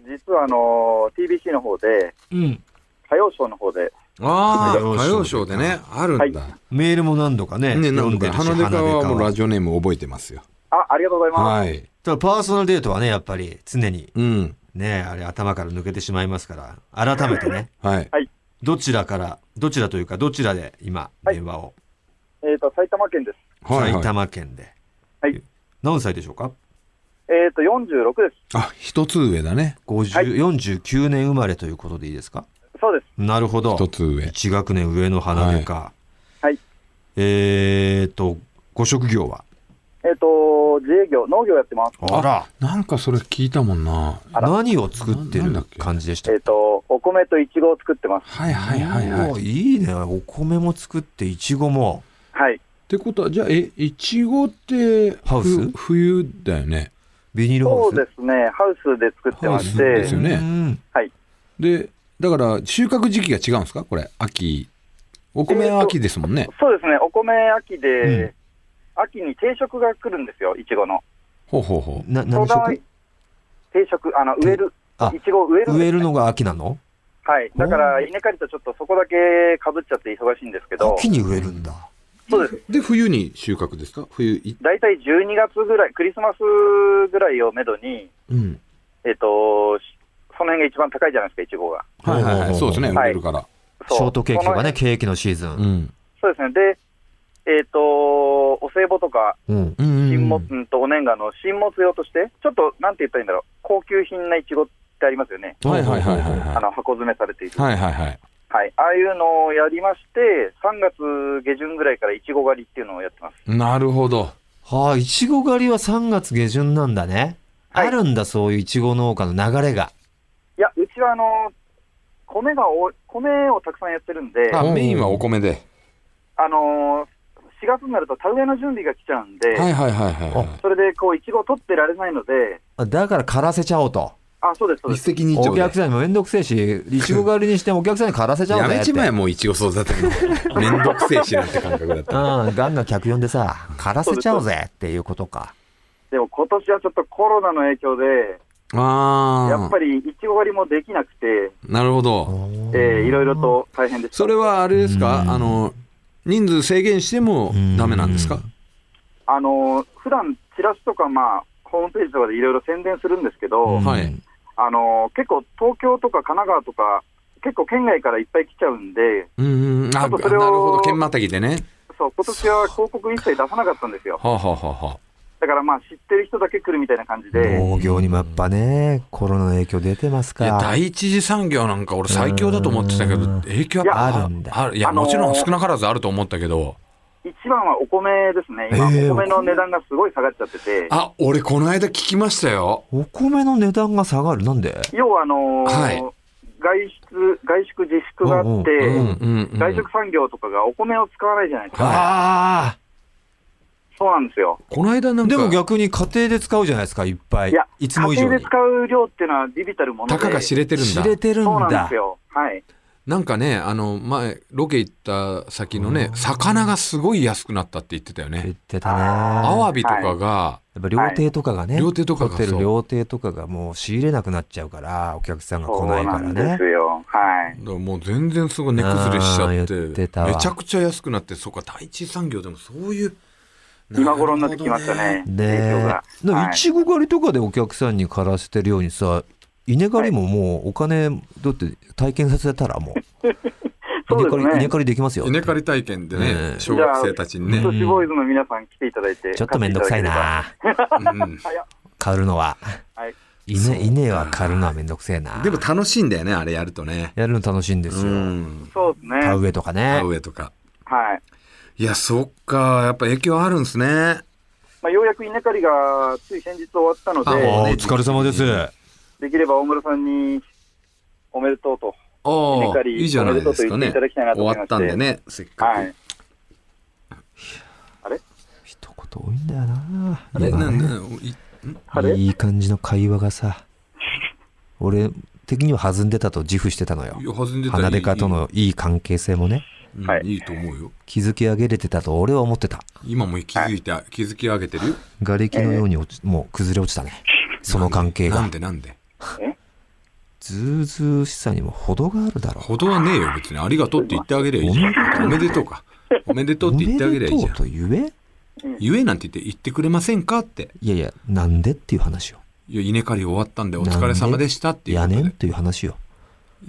[SPEAKER 4] 実はあのー TBC の方で、
[SPEAKER 1] うん。
[SPEAKER 4] 歌謡ショーの方で、
[SPEAKER 2] ああ
[SPEAKER 1] 歌謡ショー
[SPEAKER 2] 歌謡ショーでねあるんだ、
[SPEAKER 4] は
[SPEAKER 1] メールも何度かね、
[SPEAKER 2] ねな
[SPEAKER 1] 読
[SPEAKER 2] ん
[SPEAKER 1] んで
[SPEAKER 2] か
[SPEAKER 1] るし
[SPEAKER 2] 鼻でかはもう
[SPEAKER 1] は
[SPEAKER 2] ラジオネーム覚えてますよ
[SPEAKER 4] あ、ありがとうございます。
[SPEAKER 2] はい
[SPEAKER 1] ただパーソナルデートはね、やっぱり常に
[SPEAKER 2] うん
[SPEAKER 1] ね、あれ頭から抜けてしまいますから、改めて ね、
[SPEAKER 2] はい
[SPEAKER 1] どちらから、どちらというか、どちらで今、
[SPEAKER 4] はい
[SPEAKER 1] 電話を、
[SPEAKER 4] えっ、と、埼玉県です。
[SPEAKER 2] はい、
[SPEAKER 1] 埼
[SPEAKER 2] はい、
[SPEAKER 1] 玉県で。
[SPEAKER 4] はい
[SPEAKER 1] 何歳でしょうか
[SPEAKER 4] えっ、と、46です。
[SPEAKER 2] あ一つ上だね
[SPEAKER 1] 50、
[SPEAKER 4] はい
[SPEAKER 1] 49年生まれということでいいですか
[SPEAKER 4] そうです。
[SPEAKER 1] なるほど。
[SPEAKER 2] 一つ上
[SPEAKER 1] 1学年上の花でか。
[SPEAKER 4] はい。
[SPEAKER 1] えーと、ご職業は
[SPEAKER 4] えっ、と、自営業、農業やってます。
[SPEAKER 1] あ
[SPEAKER 2] なんかそれ聞いたもんな
[SPEAKER 1] ら、何を作って
[SPEAKER 2] ななんだ
[SPEAKER 1] る
[SPEAKER 2] っけ
[SPEAKER 1] 感じでした
[SPEAKER 4] えっ、と、お米とイチゴを作ってます。
[SPEAKER 2] はいはいはい
[SPEAKER 1] お
[SPEAKER 2] は
[SPEAKER 1] ー
[SPEAKER 2] い
[SPEAKER 1] い
[SPEAKER 2] っ
[SPEAKER 1] いね。お米も作って、いちごも。
[SPEAKER 4] はい。
[SPEAKER 2] てことはじゃあえいちごって
[SPEAKER 1] ハウス
[SPEAKER 2] ふ冬だよね
[SPEAKER 1] ビニールハウ
[SPEAKER 4] そ
[SPEAKER 1] ス
[SPEAKER 4] うですね。ハウスで作ってまし
[SPEAKER 2] ハウスです
[SPEAKER 4] て
[SPEAKER 2] よ、ね
[SPEAKER 1] うん
[SPEAKER 2] でだから収穫時期が違うんですかこれ秋お米は秋ですもんね、
[SPEAKER 4] そうですね。お米秋で、
[SPEAKER 1] うん
[SPEAKER 4] 秋に定食が来るんですよ、イチゴの。
[SPEAKER 2] ほうほうほ
[SPEAKER 1] な何
[SPEAKER 4] その場合
[SPEAKER 1] 色
[SPEAKER 4] 定食、あの、植える
[SPEAKER 1] あ。
[SPEAKER 4] イチゴを植えるんですね
[SPEAKER 1] 植えるのが秋なの
[SPEAKER 4] はい。だから、稲刈りとちょっとそこだけ被っちゃって忙しいんですけど。
[SPEAKER 1] 秋に植えるんだ
[SPEAKER 4] そうです。
[SPEAKER 2] うで冬に収穫ですか冬い
[SPEAKER 4] 大体12月ぐらい、クリスマスぐらいをめどに、
[SPEAKER 2] うん
[SPEAKER 4] えっ、と、しその辺が一番高いじゃないですか、いちごが。
[SPEAKER 2] はいはいはいそうですね売
[SPEAKER 4] はい
[SPEAKER 2] れるから、
[SPEAKER 4] そう
[SPEAKER 1] ショートケーキとかね
[SPEAKER 4] その辺
[SPEAKER 1] ケーキのシーズ
[SPEAKER 2] う
[SPEAKER 1] ン
[SPEAKER 2] ん
[SPEAKER 4] そうですね。で、えっ、と、お歳暮とか、
[SPEAKER 1] うん
[SPEAKER 2] うんうん
[SPEAKER 4] 新物、うんとお年賀の新物用として、ちょっと、なんて言ったらいいんだろう、高級品ないちごってありますよね。
[SPEAKER 2] はいはいはいはい
[SPEAKER 4] あ
[SPEAKER 2] は
[SPEAKER 4] の、箱詰めされている。
[SPEAKER 2] いはいはいはい
[SPEAKER 4] はい、ああいうのをやりまして、3月下旬ぐらいからいちご狩りっていうのをやってます。
[SPEAKER 2] なるほど。
[SPEAKER 1] はあ、いちご狩りは3月下旬なんだね。
[SPEAKER 4] はい
[SPEAKER 1] あるんだ、そういういちご農家の流れが。
[SPEAKER 4] いや、うちはあの米がお米をたくさんやってるんで、
[SPEAKER 2] あ
[SPEAKER 4] あ
[SPEAKER 2] メインはお米で。
[SPEAKER 4] の4月になると田植えの準備が来ちゃうんで、
[SPEAKER 2] はいはいはいはいは
[SPEAKER 4] それでこういちごを取ってられないので、
[SPEAKER 1] あだから枯らせちゃおうと。
[SPEAKER 4] あそうです、そう
[SPEAKER 2] い。
[SPEAKER 4] です。
[SPEAKER 2] 一石二
[SPEAKER 1] お
[SPEAKER 2] 鳥で
[SPEAKER 1] 客。さんにもめんどくせえし、いちご狩りにしてもお客さんに枯らせちゃおう
[SPEAKER 2] や
[SPEAKER 1] ぜ
[SPEAKER 2] め
[SPEAKER 1] って。
[SPEAKER 2] ちまえもういちご育てる の。めんどくせえしなって感覚だった。
[SPEAKER 1] うん、ガンガン客呼んでさ、枯らせちゃおうぜっていうことか。
[SPEAKER 4] でも今年はちょっとコロナの影響で、
[SPEAKER 2] ああ。
[SPEAKER 4] やっぱりいちご狩りもできなくて、
[SPEAKER 2] なるほど。
[SPEAKER 4] えーいろいろと大変でした。
[SPEAKER 2] それはあれですか、
[SPEAKER 1] うん
[SPEAKER 2] あの、人数制限してもダメなんですか、
[SPEAKER 4] あの普段チラシとか、まあ、ホームページとかでいろいろ宣伝するんですけど、
[SPEAKER 1] うん
[SPEAKER 2] はい。
[SPEAKER 4] あの結構東京とか神奈川とか、結構県外からいっぱい来ちゃうんで、
[SPEAKER 2] うんうんうん。あ、な
[SPEAKER 4] あ
[SPEAKER 2] るほ
[SPEAKER 4] とそれを
[SPEAKER 2] ど。剣またぎでね。
[SPEAKER 4] そう今年は広告一切出さなかったんですよ。
[SPEAKER 2] はあ、はあはあは
[SPEAKER 4] だからまあ知ってる人だけ来るみたいな感じで、
[SPEAKER 1] 農業にもやっぱね、コロナの影響出てますか
[SPEAKER 2] あ、いや、
[SPEAKER 1] ら。
[SPEAKER 2] 第一次産業なんか俺最強だと思ってたけ
[SPEAKER 1] う
[SPEAKER 2] ど、
[SPEAKER 1] ん
[SPEAKER 2] 影響
[SPEAKER 4] いや
[SPEAKER 1] あるんだ
[SPEAKER 2] ある。いや、
[SPEAKER 4] あのー
[SPEAKER 2] もちろん少なからずあると思ったけど。
[SPEAKER 4] 一番はお米ですね、今、
[SPEAKER 1] えー
[SPEAKER 4] お米の値段がすごい下がっちゃってて、
[SPEAKER 2] あ、俺この間聞きましたよ。
[SPEAKER 1] お米の値段が下がる。なんで
[SPEAKER 4] 要はあのー
[SPEAKER 2] はい
[SPEAKER 4] 外出、外食自粛があって、
[SPEAKER 1] うん
[SPEAKER 2] うんうん、うん。
[SPEAKER 4] 外食産業とかがお米を使わないじゃないですか、
[SPEAKER 1] ああ
[SPEAKER 4] そうなんですよ。
[SPEAKER 2] この間なんか、
[SPEAKER 1] でも逆に家庭で使うじゃないですか、いっぱい。
[SPEAKER 4] いや、
[SPEAKER 1] いつも以
[SPEAKER 4] 家
[SPEAKER 1] 上
[SPEAKER 4] 庭
[SPEAKER 1] に
[SPEAKER 4] で。使う量っていうのはビビたるもの
[SPEAKER 2] た
[SPEAKER 4] で、
[SPEAKER 2] かが知れてるん
[SPEAKER 1] 知
[SPEAKER 2] だ。
[SPEAKER 1] れてるん
[SPEAKER 4] そうなんで
[SPEAKER 1] だ
[SPEAKER 4] す。よ。はい。
[SPEAKER 2] なんかね、あの、前、ロケ行った先のね、魚がすごい安くなったって言ってたよ
[SPEAKER 1] 言っ
[SPEAKER 2] ね。
[SPEAKER 1] てたね。
[SPEAKER 2] アワビとかが、
[SPEAKER 1] やっぱ料亭とかがね、
[SPEAKER 2] はい料亭とかが
[SPEAKER 1] ホテル
[SPEAKER 2] そう
[SPEAKER 1] 料亭とかがもう仕入れなくなっちゃうから、お客さんが来
[SPEAKER 4] そ
[SPEAKER 1] な
[SPEAKER 4] う
[SPEAKER 1] いか
[SPEAKER 4] な
[SPEAKER 1] ら
[SPEAKER 4] ん
[SPEAKER 1] ね
[SPEAKER 4] です。よ。はい。
[SPEAKER 2] だからもう全然すごい値崩れしちゃって
[SPEAKER 1] あー言ってたわ
[SPEAKER 2] めちゃくちゃ安くなってそっか第一次産業でもそういう
[SPEAKER 4] 今頃になってきましたね、影響
[SPEAKER 1] ね
[SPEAKER 4] が。
[SPEAKER 1] え。でもい
[SPEAKER 4] はい
[SPEAKER 1] ちご狩りとかでお客さんに枯らせてるようにさ、稲刈りももうお金、だって体験させたらもう。
[SPEAKER 4] そう
[SPEAKER 1] 稲
[SPEAKER 4] です
[SPEAKER 1] 刈
[SPEAKER 4] ね
[SPEAKER 1] り、稲刈りできますよ。
[SPEAKER 2] 稲刈り体験でね、
[SPEAKER 1] ね
[SPEAKER 2] 小学生たちにね
[SPEAKER 4] じゃあ、都市ボーイズの皆さん来ていただいて、
[SPEAKER 1] ちょっとめんどくさいな。
[SPEAKER 2] うん
[SPEAKER 1] 刈るのは。
[SPEAKER 4] はい
[SPEAKER 1] 稲、稲は刈るのはめんどくせえな。
[SPEAKER 2] でも、楽しいんだよねあれやるとね
[SPEAKER 1] やるの楽しいんです
[SPEAKER 2] う
[SPEAKER 1] よ。
[SPEAKER 2] ん
[SPEAKER 4] そうですね。
[SPEAKER 1] 田植えとかね
[SPEAKER 2] 田。植えとか
[SPEAKER 4] はい。
[SPEAKER 2] いやそっかやっぱ影響あるんですね
[SPEAKER 4] まあ、ようやく稲刈りがつい先日終わったの
[SPEAKER 2] あ
[SPEAKER 1] あ
[SPEAKER 2] も
[SPEAKER 1] あ
[SPEAKER 2] う
[SPEAKER 4] で、
[SPEAKER 1] お疲れ様です。
[SPEAKER 4] できれば大村さんにおめでとうと。
[SPEAKER 2] あ
[SPEAKER 4] 稲
[SPEAKER 2] あ
[SPEAKER 4] 刈り
[SPEAKER 2] いいじゃないですか
[SPEAKER 4] おめ
[SPEAKER 2] ね
[SPEAKER 4] でとうと言っていただきたいなと
[SPEAKER 2] 終
[SPEAKER 4] 思
[SPEAKER 2] わ
[SPEAKER 4] い
[SPEAKER 2] っ
[SPEAKER 4] まして
[SPEAKER 2] たんでねせっかく、
[SPEAKER 4] はい。
[SPEAKER 1] 一言多いんだよな。
[SPEAKER 2] あれ
[SPEAKER 1] 今
[SPEAKER 2] な
[SPEAKER 1] ね
[SPEAKER 2] んなんい
[SPEAKER 4] あれ
[SPEAKER 1] いい感じの会話がさ、俺的には弾んでたと自負してたのよ
[SPEAKER 2] い。や弾んでた
[SPEAKER 1] 花デカとのいい関係性もね、
[SPEAKER 2] いい,うん、
[SPEAKER 4] はい
[SPEAKER 2] いいと思うよ
[SPEAKER 1] 築き上げれてたと俺は思ってた。
[SPEAKER 2] 今も気づいて、気づき上げてるよ
[SPEAKER 1] 瓦礫のように落ち、もう崩れ落ちたね。その関係
[SPEAKER 2] な
[SPEAKER 1] が
[SPEAKER 2] ん。でなんで
[SPEAKER 1] ずうずうしさにも程があるだろ
[SPEAKER 2] ほどはねえよ、別に。ありがとうって言ってあげりゃいいじゃん。おめでとうか。おめでとう
[SPEAKER 1] お
[SPEAKER 2] って言
[SPEAKER 1] め
[SPEAKER 2] ってあげり
[SPEAKER 1] で
[SPEAKER 2] ゃ
[SPEAKER 1] と
[SPEAKER 2] いいじ
[SPEAKER 1] う
[SPEAKER 2] ゃ
[SPEAKER 1] と
[SPEAKER 2] ん。
[SPEAKER 1] 言え
[SPEAKER 2] 言えなんて言って、言ってくれませんかって。
[SPEAKER 1] いやいや、なんでっていう話よ。
[SPEAKER 2] いや、稲刈り終わったんでお疲れ様でしたっていうこ
[SPEAKER 1] や
[SPEAKER 2] とで。
[SPEAKER 1] ねんっていう話よ。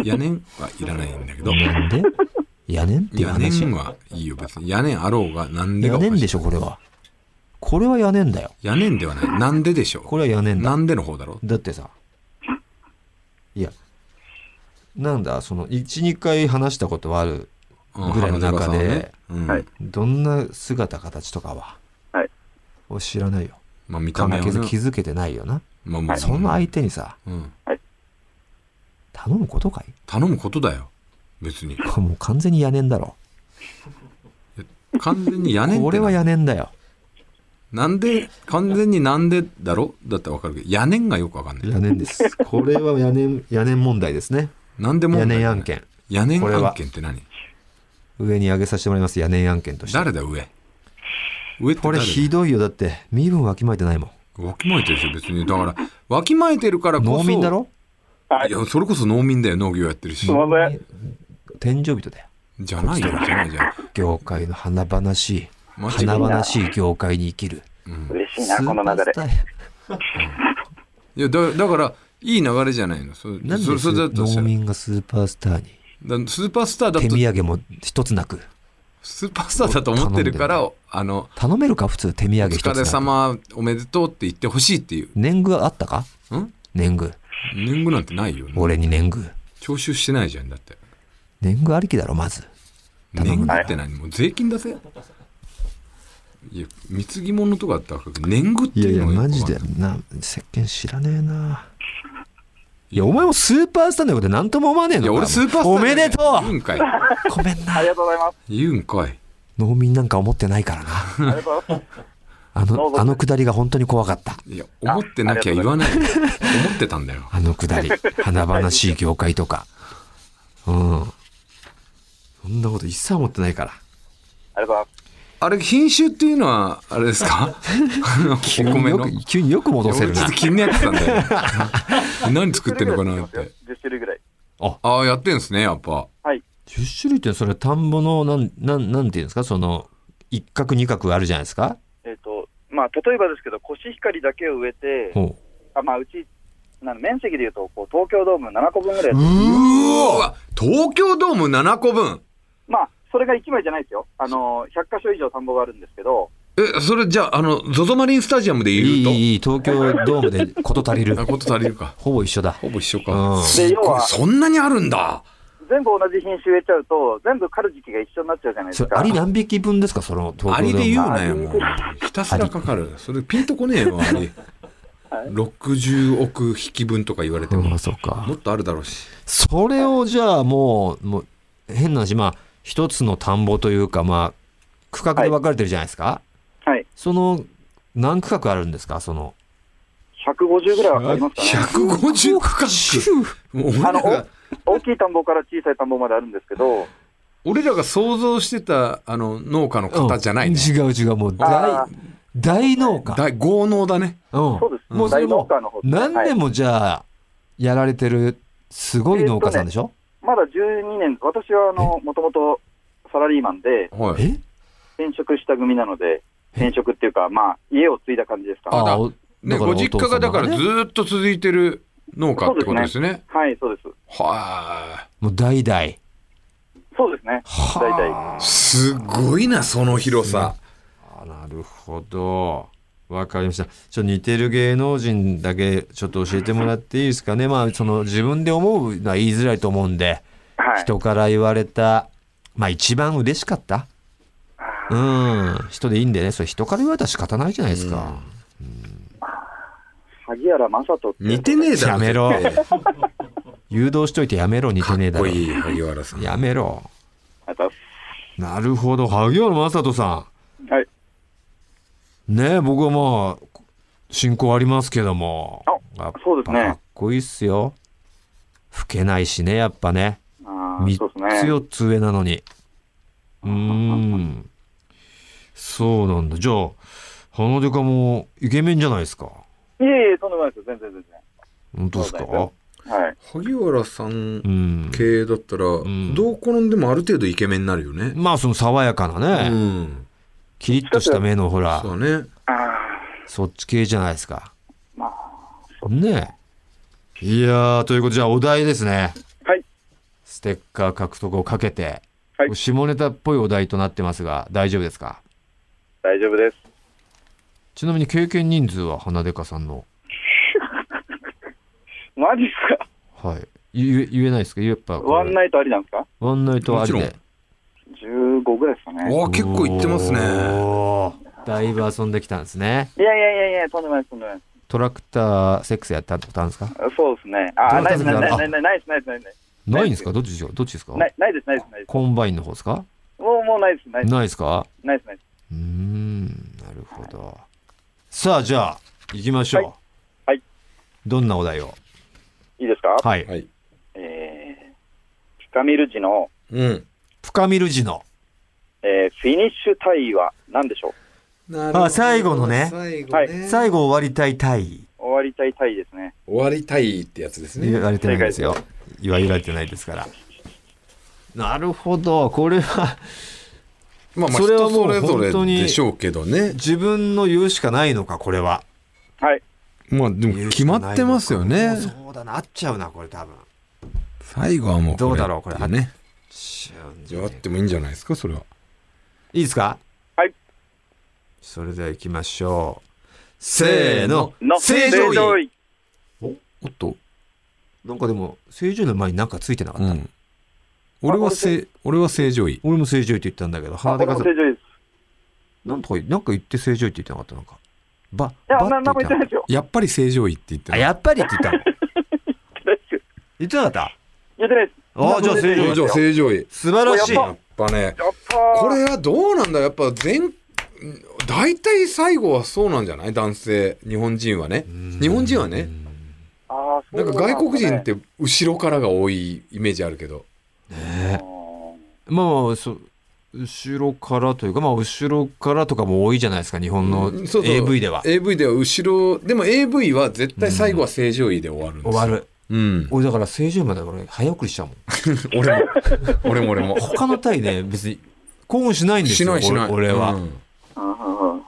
[SPEAKER 2] 屋根はいらないんだけど。
[SPEAKER 1] なんでやねんっていう
[SPEAKER 2] 屋根
[SPEAKER 1] 話よ。
[SPEAKER 2] はいいよ、別に。屋根あろうが、なんで
[SPEAKER 1] や
[SPEAKER 2] がおかし
[SPEAKER 1] ね
[SPEAKER 2] い
[SPEAKER 1] んでしょ、これは。これはやねんだよ。
[SPEAKER 2] 屋根ではない。なんででしょ
[SPEAKER 1] これはやねんだ。
[SPEAKER 2] なんでの方だろう。
[SPEAKER 1] だってさいやなんだその12回話したことはある
[SPEAKER 2] うん
[SPEAKER 1] ぐらいの中で
[SPEAKER 2] 花澤さんはねうん
[SPEAKER 4] はい
[SPEAKER 1] どんな姿形とかは
[SPEAKER 4] はい
[SPEAKER 1] 俺知らないよ
[SPEAKER 2] まあ見た
[SPEAKER 1] 関
[SPEAKER 2] 目はね
[SPEAKER 1] 係性気づけてないよな、
[SPEAKER 2] まあまあ
[SPEAKER 1] そんな相手にさ
[SPEAKER 2] うん
[SPEAKER 1] 頼むことかい
[SPEAKER 2] 頼むことだよ。別に。
[SPEAKER 1] もう完全にやねんだろ
[SPEAKER 2] 完全に屋根って
[SPEAKER 1] 俺はやねんだよ
[SPEAKER 2] なんで、完全になんでだろだったらわかるけど、屋根がよくわかんない。
[SPEAKER 1] やねんです これはやねんやねん問題ですね
[SPEAKER 2] なんでも
[SPEAKER 1] やねん案。件
[SPEAKER 2] 屋根
[SPEAKER 1] これは
[SPEAKER 2] 案件って何
[SPEAKER 1] 上に上げさせてもらいますやねん案件として
[SPEAKER 2] 誰だ上上って
[SPEAKER 1] これひどいよだって身分わきまえてないもん
[SPEAKER 2] どわきまえてるでしょ別にだからわきまえてるからこそ
[SPEAKER 1] 農民だろ
[SPEAKER 4] はい
[SPEAKER 2] いやそれこそ農民だよ農業やってるし
[SPEAKER 4] すいません。
[SPEAKER 1] 天井人だよ
[SPEAKER 2] じゃないよじゃないじゃん
[SPEAKER 1] 業界の華々しい
[SPEAKER 2] マジ
[SPEAKER 1] 華々しい業界に生きる
[SPEAKER 4] 嬉しいな、この流れ。
[SPEAKER 1] スーパー
[SPEAKER 2] いやだだからいい流れじゃないのそれ
[SPEAKER 1] スターなん
[SPEAKER 2] そ
[SPEAKER 1] で
[SPEAKER 2] れそれだとした
[SPEAKER 1] 農
[SPEAKER 2] ら
[SPEAKER 1] 民がスーパースターに
[SPEAKER 2] だスーパースターだ
[SPEAKER 1] 手
[SPEAKER 2] と
[SPEAKER 1] 土産も一つなく
[SPEAKER 2] スーパースターだと思ってるからあの
[SPEAKER 1] 頼めるか普通手土
[SPEAKER 2] お
[SPEAKER 1] 産一つな
[SPEAKER 2] 疲
[SPEAKER 1] く
[SPEAKER 2] れ様おめでとうって言ってほしいっていう
[SPEAKER 1] 年貢あったか
[SPEAKER 2] ん
[SPEAKER 1] 年貢
[SPEAKER 2] 年貢なんてないよ
[SPEAKER 1] 俺に年貢
[SPEAKER 2] 徴収してないじゃんだって
[SPEAKER 1] 年貢ありきだろまず
[SPEAKER 2] 年貢って何もう税金だぜいや貢ぎ物とかって年貢って
[SPEAKER 1] いやい
[SPEAKER 2] いう
[SPEAKER 1] や
[SPEAKER 2] のが
[SPEAKER 1] マジ
[SPEAKER 2] よく
[SPEAKER 1] で
[SPEAKER 2] わかんない
[SPEAKER 1] な石鹸知らねえないやお前もスーパースターのことなんとも思わねえの
[SPEAKER 2] い
[SPEAKER 1] か
[SPEAKER 2] や俺スーパースター
[SPEAKER 1] おめでと
[SPEAKER 2] 言うんかいう
[SPEAKER 1] ごめんな
[SPEAKER 4] ありがとうございます。
[SPEAKER 2] 言うんかい
[SPEAKER 1] 農民なんか思ってないからな
[SPEAKER 4] ありがとうございます。
[SPEAKER 1] あ
[SPEAKER 4] どう
[SPEAKER 1] の
[SPEAKER 4] ぞ
[SPEAKER 1] あのくだりが本当に怖かった
[SPEAKER 2] いや思ってなきゃ言わない思ってたんだよ
[SPEAKER 1] あのくだり華々しい業界とかうんそんなこと一切思ってないから
[SPEAKER 4] ありがとうございます。
[SPEAKER 2] あれ品種っていうのはあれですかお米
[SPEAKER 1] よ
[SPEAKER 2] の
[SPEAKER 1] く
[SPEAKER 2] い
[SPEAKER 1] 急によく戻
[SPEAKER 2] や
[SPEAKER 1] せる
[SPEAKER 2] 俺ちょっ
[SPEAKER 1] な
[SPEAKER 2] と気になってたんだよ 何 作ってんのかなって
[SPEAKER 4] 10種類ぐらい。
[SPEAKER 2] ああやってんですねやっぱ
[SPEAKER 4] はい。
[SPEAKER 1] 10種類ってそれ田んぼのなんなんなんていうんですかその一角二角あるじゃないですか
[SPEAKER 4] えっ、と、まあ、例えばですけど、コシヒカリだけを植えて、
[SPEAKER 1] ほ
[SPEAKER 4] あまあ、うち、なん面積でいうとこう、東京ドーム7個分ぐらいうです、
[SPEAKER 2] うわ東京ドーム7個分
[SPEAKER 4] まあ、それが1枚じゃないですよ。あの、100箇所以上田んぼがあるんですけど、
[SPEAKER 2] えそれじゃああの ZOZO マリンスタジアムで
[SPEAKER 1] い
[SPEAKER 2] 言うと
[SPEAKER 1] いいい東京ドームで事足りる
[SPEAKER 2] あこと足りるか
[SPEAKER 1] ほぼ一緒だ
[SPEAKER 2] ほぼ一緒
[SPEAKER 1] う
[SPEAKER 2] か
[SPEAKER 1] ん
[SPEAKER 2] す
[SPEAKER 4] で要
[SPEAKER 2] ごい
[SPEAKER 4] は
[SPEAKER 2] そんなにあるんだ
[SPEAKER 4] 全部同じ品種植えちゃうと、全部刈る時期が一緒になっちゃうじゃないで
[SPEAKER 1] そ
[SPEAKER 4] す
[SPEAKER 1] れ
[SPEAKER 4] か。
[SPEAKER 1] アリ何匹分ですかその東
[SPEAKER 2] アリ
[SPEAKER 1] 京ド
[SPEAKER 2] で
[SPEAKER 1] ー
[SPEAKER 2] 言う
[SPEAKER 1] ム
[SPEAKER 2] なよもうひたすらかかるそれピンとこねえ よアリ
[SPEAKER 4] はい
[SPEAKER 2] 60億匹分とか言われて
[SPEAKER 1] うん
[SPEAKER 2] も
[SPEAKER 1] あそうか
[SPEAKER 2] もっとあるだろうし
[SPEAKER 1] それをじゃあもうもう変な話まあ一つの田んぼというかまあ区画で分かれてるじゃないですか、
[SPEAKER 4] はい。
[SPEAKER 1] その何区画あるんですかその
[SPEAKER 4] 150ぐらいはありますかね。
[SPEAKER 2] 150区画もう俺らが
[SPEAKER 4] 大きい田んぼから小さい田んぼまであるんですけど、
[SPEAKER 2] 俺らが想像してたあの農家の方じゃないね
[SPEAKER 1] うん違う違うもう
[SPEAKER 4] あ
[SPEAKER 1] 大大農家、
[SPEAKER 2] 大豪農だね
[SPEAKER 1] うん、
[SPEAKER 4] そうです。
[SPEAKER 1] もうそれ
[SPEAKER 4] 大農
[SPEAKER 1] も
[SPEAKER 4] 家の方です
[SPEAKER 1] 何年もじゃあやられてるすごい農家さんでしょ、
[SPEAKER 4] まだ12年、私はあの、もともとサラリーマンで、
[SPEAKER 2] はい
[SPEAKER 1] え
[SPEAKER 4] 転職した組なので、転職っていうか、まあ、家を継いだ感じですか。
[SPEAKER 2] あだ
[SPEAKER 1] お
[SPEAKER 2] ね
[SPEAKER 1] から
[SPEAKER 2] ご実家がだから
[SPEAKER 1] お父様
[SPEAKER 2] ず
[SPEAKER 1] ね
[SPEAKER 2] ーっと続いてる農家ってことですね
[SPEAKER 4] はい、そうです。
[SPEAKER 2] は
[SPEAKER 1] もう代々
[SPEAKER 4] そうですね。大体。
[SPEAKER 2] いすごいなその広さ
[SPEAKER 1] あなるほどわかりましたちょっと似てる芸能人だけちょっと教えてもらっていいですかねまあその自分で思うのは言いづらいと思うんで、
[SPEAKER 4] はい。
[SPEAKER 1] 人から言われたまあ一番嬉しかったうん人でいいんでねそれ人から言われたら仕方ないじゃないですか、
[SPEAKER 4] 萩原正人って。
[SPEAKER 2] 似てねえだ
[SPEAKER 1] や
[SPEAKER 2] ろ
[SPEAKER 1] め ろ
[SPEAKER 2] 絶対
[SPEAKER 1] 誘導しといてやめろ似てねえだ
[SPEAKER 2] かっ
[SPEAKER 1] ろ
[SPEAKER 2] こいい萩原さん
[SPEAKER 1] やめろ
[SPEAKER 4] ありがとう
[SPEAKER 1] なるほど萩原正人さ
[SPEAKER 4] ございますはい。
[SPEAKER 1] んねえ僕はまあ信仰ありますけども
[SPEAKER 4] あ
[SPEAKER 1] やっぱ
[SPEAKER 4] そうですね
[SPEAKER 1] かっこいいっすよ老けないしねやっぱね
[SPEAKER 4] あー
[SPEAKER 1] 3
[SPEAKER 4] そうです
[SPEAKER 1] つ
[SPEAKER 4] ね。
[SPEAKER 1] 4つ上なのにうーんそうなんだじゃあ花デカもイケメンじゃないですか
[SPEAKER 4] いえいえ、とんでもないですよ。全然全
[SPEAKER 1] 本当です
[SPEAKER 4] そう
[SPEAKER 1] か
[SPEAKER 4] だよ然。はい。
[SPEAKER 2] 萩原さん
[SPEAKER 1] うん
[SPEAKER 2] 系だったら、
[SPEAKER 1] ん
[SPEAKER 2] どう転んでもある程度イケメンになるよね。
[SPEAKER 1] まあその爽やかなね、
[SPEAKER 2] うん。
[SPEAKER 1] キリッとした目のほら
[SPEAKER 2] そうだね。
[SPEAKER 4] ああ、
[SPEAKER 1] そっち系じゃないですか
[SPEAKER 4] まあ、
[SPEAKER 1] ねえいやーということでじゃあお題ですね
[SPEAKER 4] はい
[SPEAKER 1] ステッカー獲得をかけて、
[SPEAKER 4] はい
[SPEAKER 1] 下ネタっぽいお題となってますが大丈夫ですか
[SPEAKER 4] 大丈夫です。
[SPEAKER 1] ちなみに経験人数は花デカさんの
[SPEAKER 4] マジですか
[SPEAKER 1] はい言え言えないですかやっぱこれ
[SPEAKER 4] ワンナイトありなんですか
[SPEAKER 1] ワンナイトあり
[SPEAKER 2] もち
[SPEAKER 1] で。
[SPEAKER 4] ?15 ぐらいですかね。
[SPEAKER 2] わあ、結構いってますね。
[SPEAKER 1] おー。だいぶ遊んできたんですね。
[SPEAKER 4] いやいやいやいや、とんでもないです、とんでもないで
[SPEAKER 1] トラクターセックスやったことあるんですか
[SPEAKER 4] す。そうですね。あー、
[SPEAKER 1] どう
[SPEAKER 4] な
[SPEAKER 1] だ
[SPEAKER 4] い
[SPEAKER 1] っ
[SPEAKER 4] です、
[SPEAKER 1] たんだ
[SPEAKER 4] ない
[SPEAKER 1] ろう
[SPEAKER 4] ないないないです、ないです、ないです。
[SPEAKER 1] ないんですかどっちですかどっちですか
[SPEAKER 4] ないないです、ないです、ないで
[SPEAKER 1] コンバインの方ですか
[SPEAKER 4] す。もう、もうないです、ないです、
[SPEAKER 1] ないですか
[SPEAKER 4] ないです、ないです。
[SPEAKER 1] うーん、なるほど。さあ、じゃあ、行きましょう。
[SPEAKER 4] はいはい
[SPEAKER 1] どんなお題を
[SPEAKER 4] いいですか
[SPEAKER 1] はい。
[SPEAKER 2] はい。
[SPEAKER 4] えー、深見る時の、
[SPEAKER 2] うん。
[SPEAKER 1] 深見る字の。
[SPEAKER 4] えー、フィニッシュタイは何でしょう
[SPEAKER 2] な
[SPEAKER 1] あ最後のね
[SPEAKER 2] 最
[SPEAKER 4] はい
[SPEAKER 1] 最後終わりたいたい。
[SPEAKER 4] 終わりたいタイですね。
[SPEAKER 2] 終わりたいってやつです
[SPEAKER 1] 言
[SPEAKER 2] ね。
[SPEAKER 1] われてないですよ。言われてないですから。なるほど。これは
[SPEAKER 2] まあまあ、
[SPEAKER 1] それは
[SPEAKER 2] 人
[SPEAKER 1] も
[SPEAKER 2] そうれぞ
[SPEAKER 1] 本当に
[SPEAKER 2] れでしょうけどね。
[SPEAKER 1] 自分の言うしかないのか、これは。
[SPEAKER 4] はい。
[SPEAKER 2] まあ、で
[SPEAKER 1] 言
[SPEAKER 2] も
[SPEAKER 1] う
[SPEAKER 2] 決
[SPEAKER 1] しかないのか
[SPEAKER 2] まってますよね。
[SPEAKER 1] そうだな、合っちゃうな、これ多分。
[SPEAKER 2] 最後はもう
[SPEAKER 1] どうだろうこれ
[SPEAKER 2] ってね。
[SPEAKER 1] し
[SPEAKER 2] じゃああってもいいんじゃないですか、それは。
[SPEAKER 1] いいですか
[SPEAKER 4] はい
[SPEAKER 1] それでは行きましょうせーの
[SPEAKER 4] の、
[SPEAKER 2] 正常位
[SPEAKER 4] 常位。
[SPEAKER 2] おっと。
[SPEAKER 1] なんかでも正常位の前になんかついてなか
[SPEAKER 2] う
[SPEAKER 1] っ
[SPEAKER 2] ん。俺はせ俺は正常位
[SPEAKER 1] 俺も正常位って言ったんだけど、
[SPEAKER 4] あ
[SPEAKER 1] 鼻で
[SPEAKER 4] 俺
[SPEAKER 1] かさ
[SPEAKER 4] も正、常位です。
[SPEAKER 1] なんとか言なんか言って正常位って言ってなかったなんか。ば、
[SPEAKER 4] いや、
[SPEAKER 1] ば
[SPEAKER 4] な
[SPEAKER 1] っ
[SPEAKER 4] んも
[SPEAKER 1] て
[SPEAKER 4] 言って
[SPEAKER 1] 言っ
[SPEAKER 4] ない
[SPEAKER 1] た
[SPEAKER 4] ですよ。
[SPEAKER 2] やっぱり正常位って言って
[SPEAKER 1] あ、
[SPEAKER 2] る
[SPEAKER 1] やっぱりって言ったの。
[SPEAKER 4] 言ってないです
[SPEAKER 1] 言ってなかった
[SPEAKER 4] 言ってないです。
[SPEAKER 1] ああ、じゃあ正常
[SPEAKER 2] 正
[SPEAKER 1] 位
[SPEAKER 2] 常。正常位
[SPEAKER 1] 素晴らしい。
[SPEAKER 2] やっぱね
[SPEAKER 4] やっぱ
[SPEAKER 2] これはどうなんだやっぱ全大体最後はそうなんじゃない男性日本人はね日本人はね
[SPEAKER 4] あー
[SPEAKER 2] なんか外国人っ、
[SPEAKER 4] そ
[SPEAKER 2] て
[SPEAKER 4] う
[SPEAKER 2] 後ろからが多いイメージあるけど
[SPEAKER 4] な
[SPEAKER 1] ね
[SPEAKER 4] んですね
[SPEAKER 1] まあそう後ろからというかまあ後ろからとかも多いじゃないですか日本の
[SPEAKER 2] うんそうそう
[SPEAKER 1] AV では
[SPEAKER 2] AV では後ろでも AV は絶対最後は正常位で終わるんですよ
[SPEAKER 1] 終わる
[SPEAKER 2] うん
[SPEAKER 1] 俺だから正常位まで俺早送りしちゃうもん
[SPEAKER 2] 俺も 俺も俺も
[SPEAKER 1] 他の体 ね別に興奮しないんです
[SPEAKER 2] し
[SPEAKER 1] よ
[SPEAKER 2] ないしない
[SPEAKER 1] 俺俺
[SPEAKER 2] う
[SPEAKER 1] は
[SPEAKER 2] ん
[SPEAKER 4] うんうんうん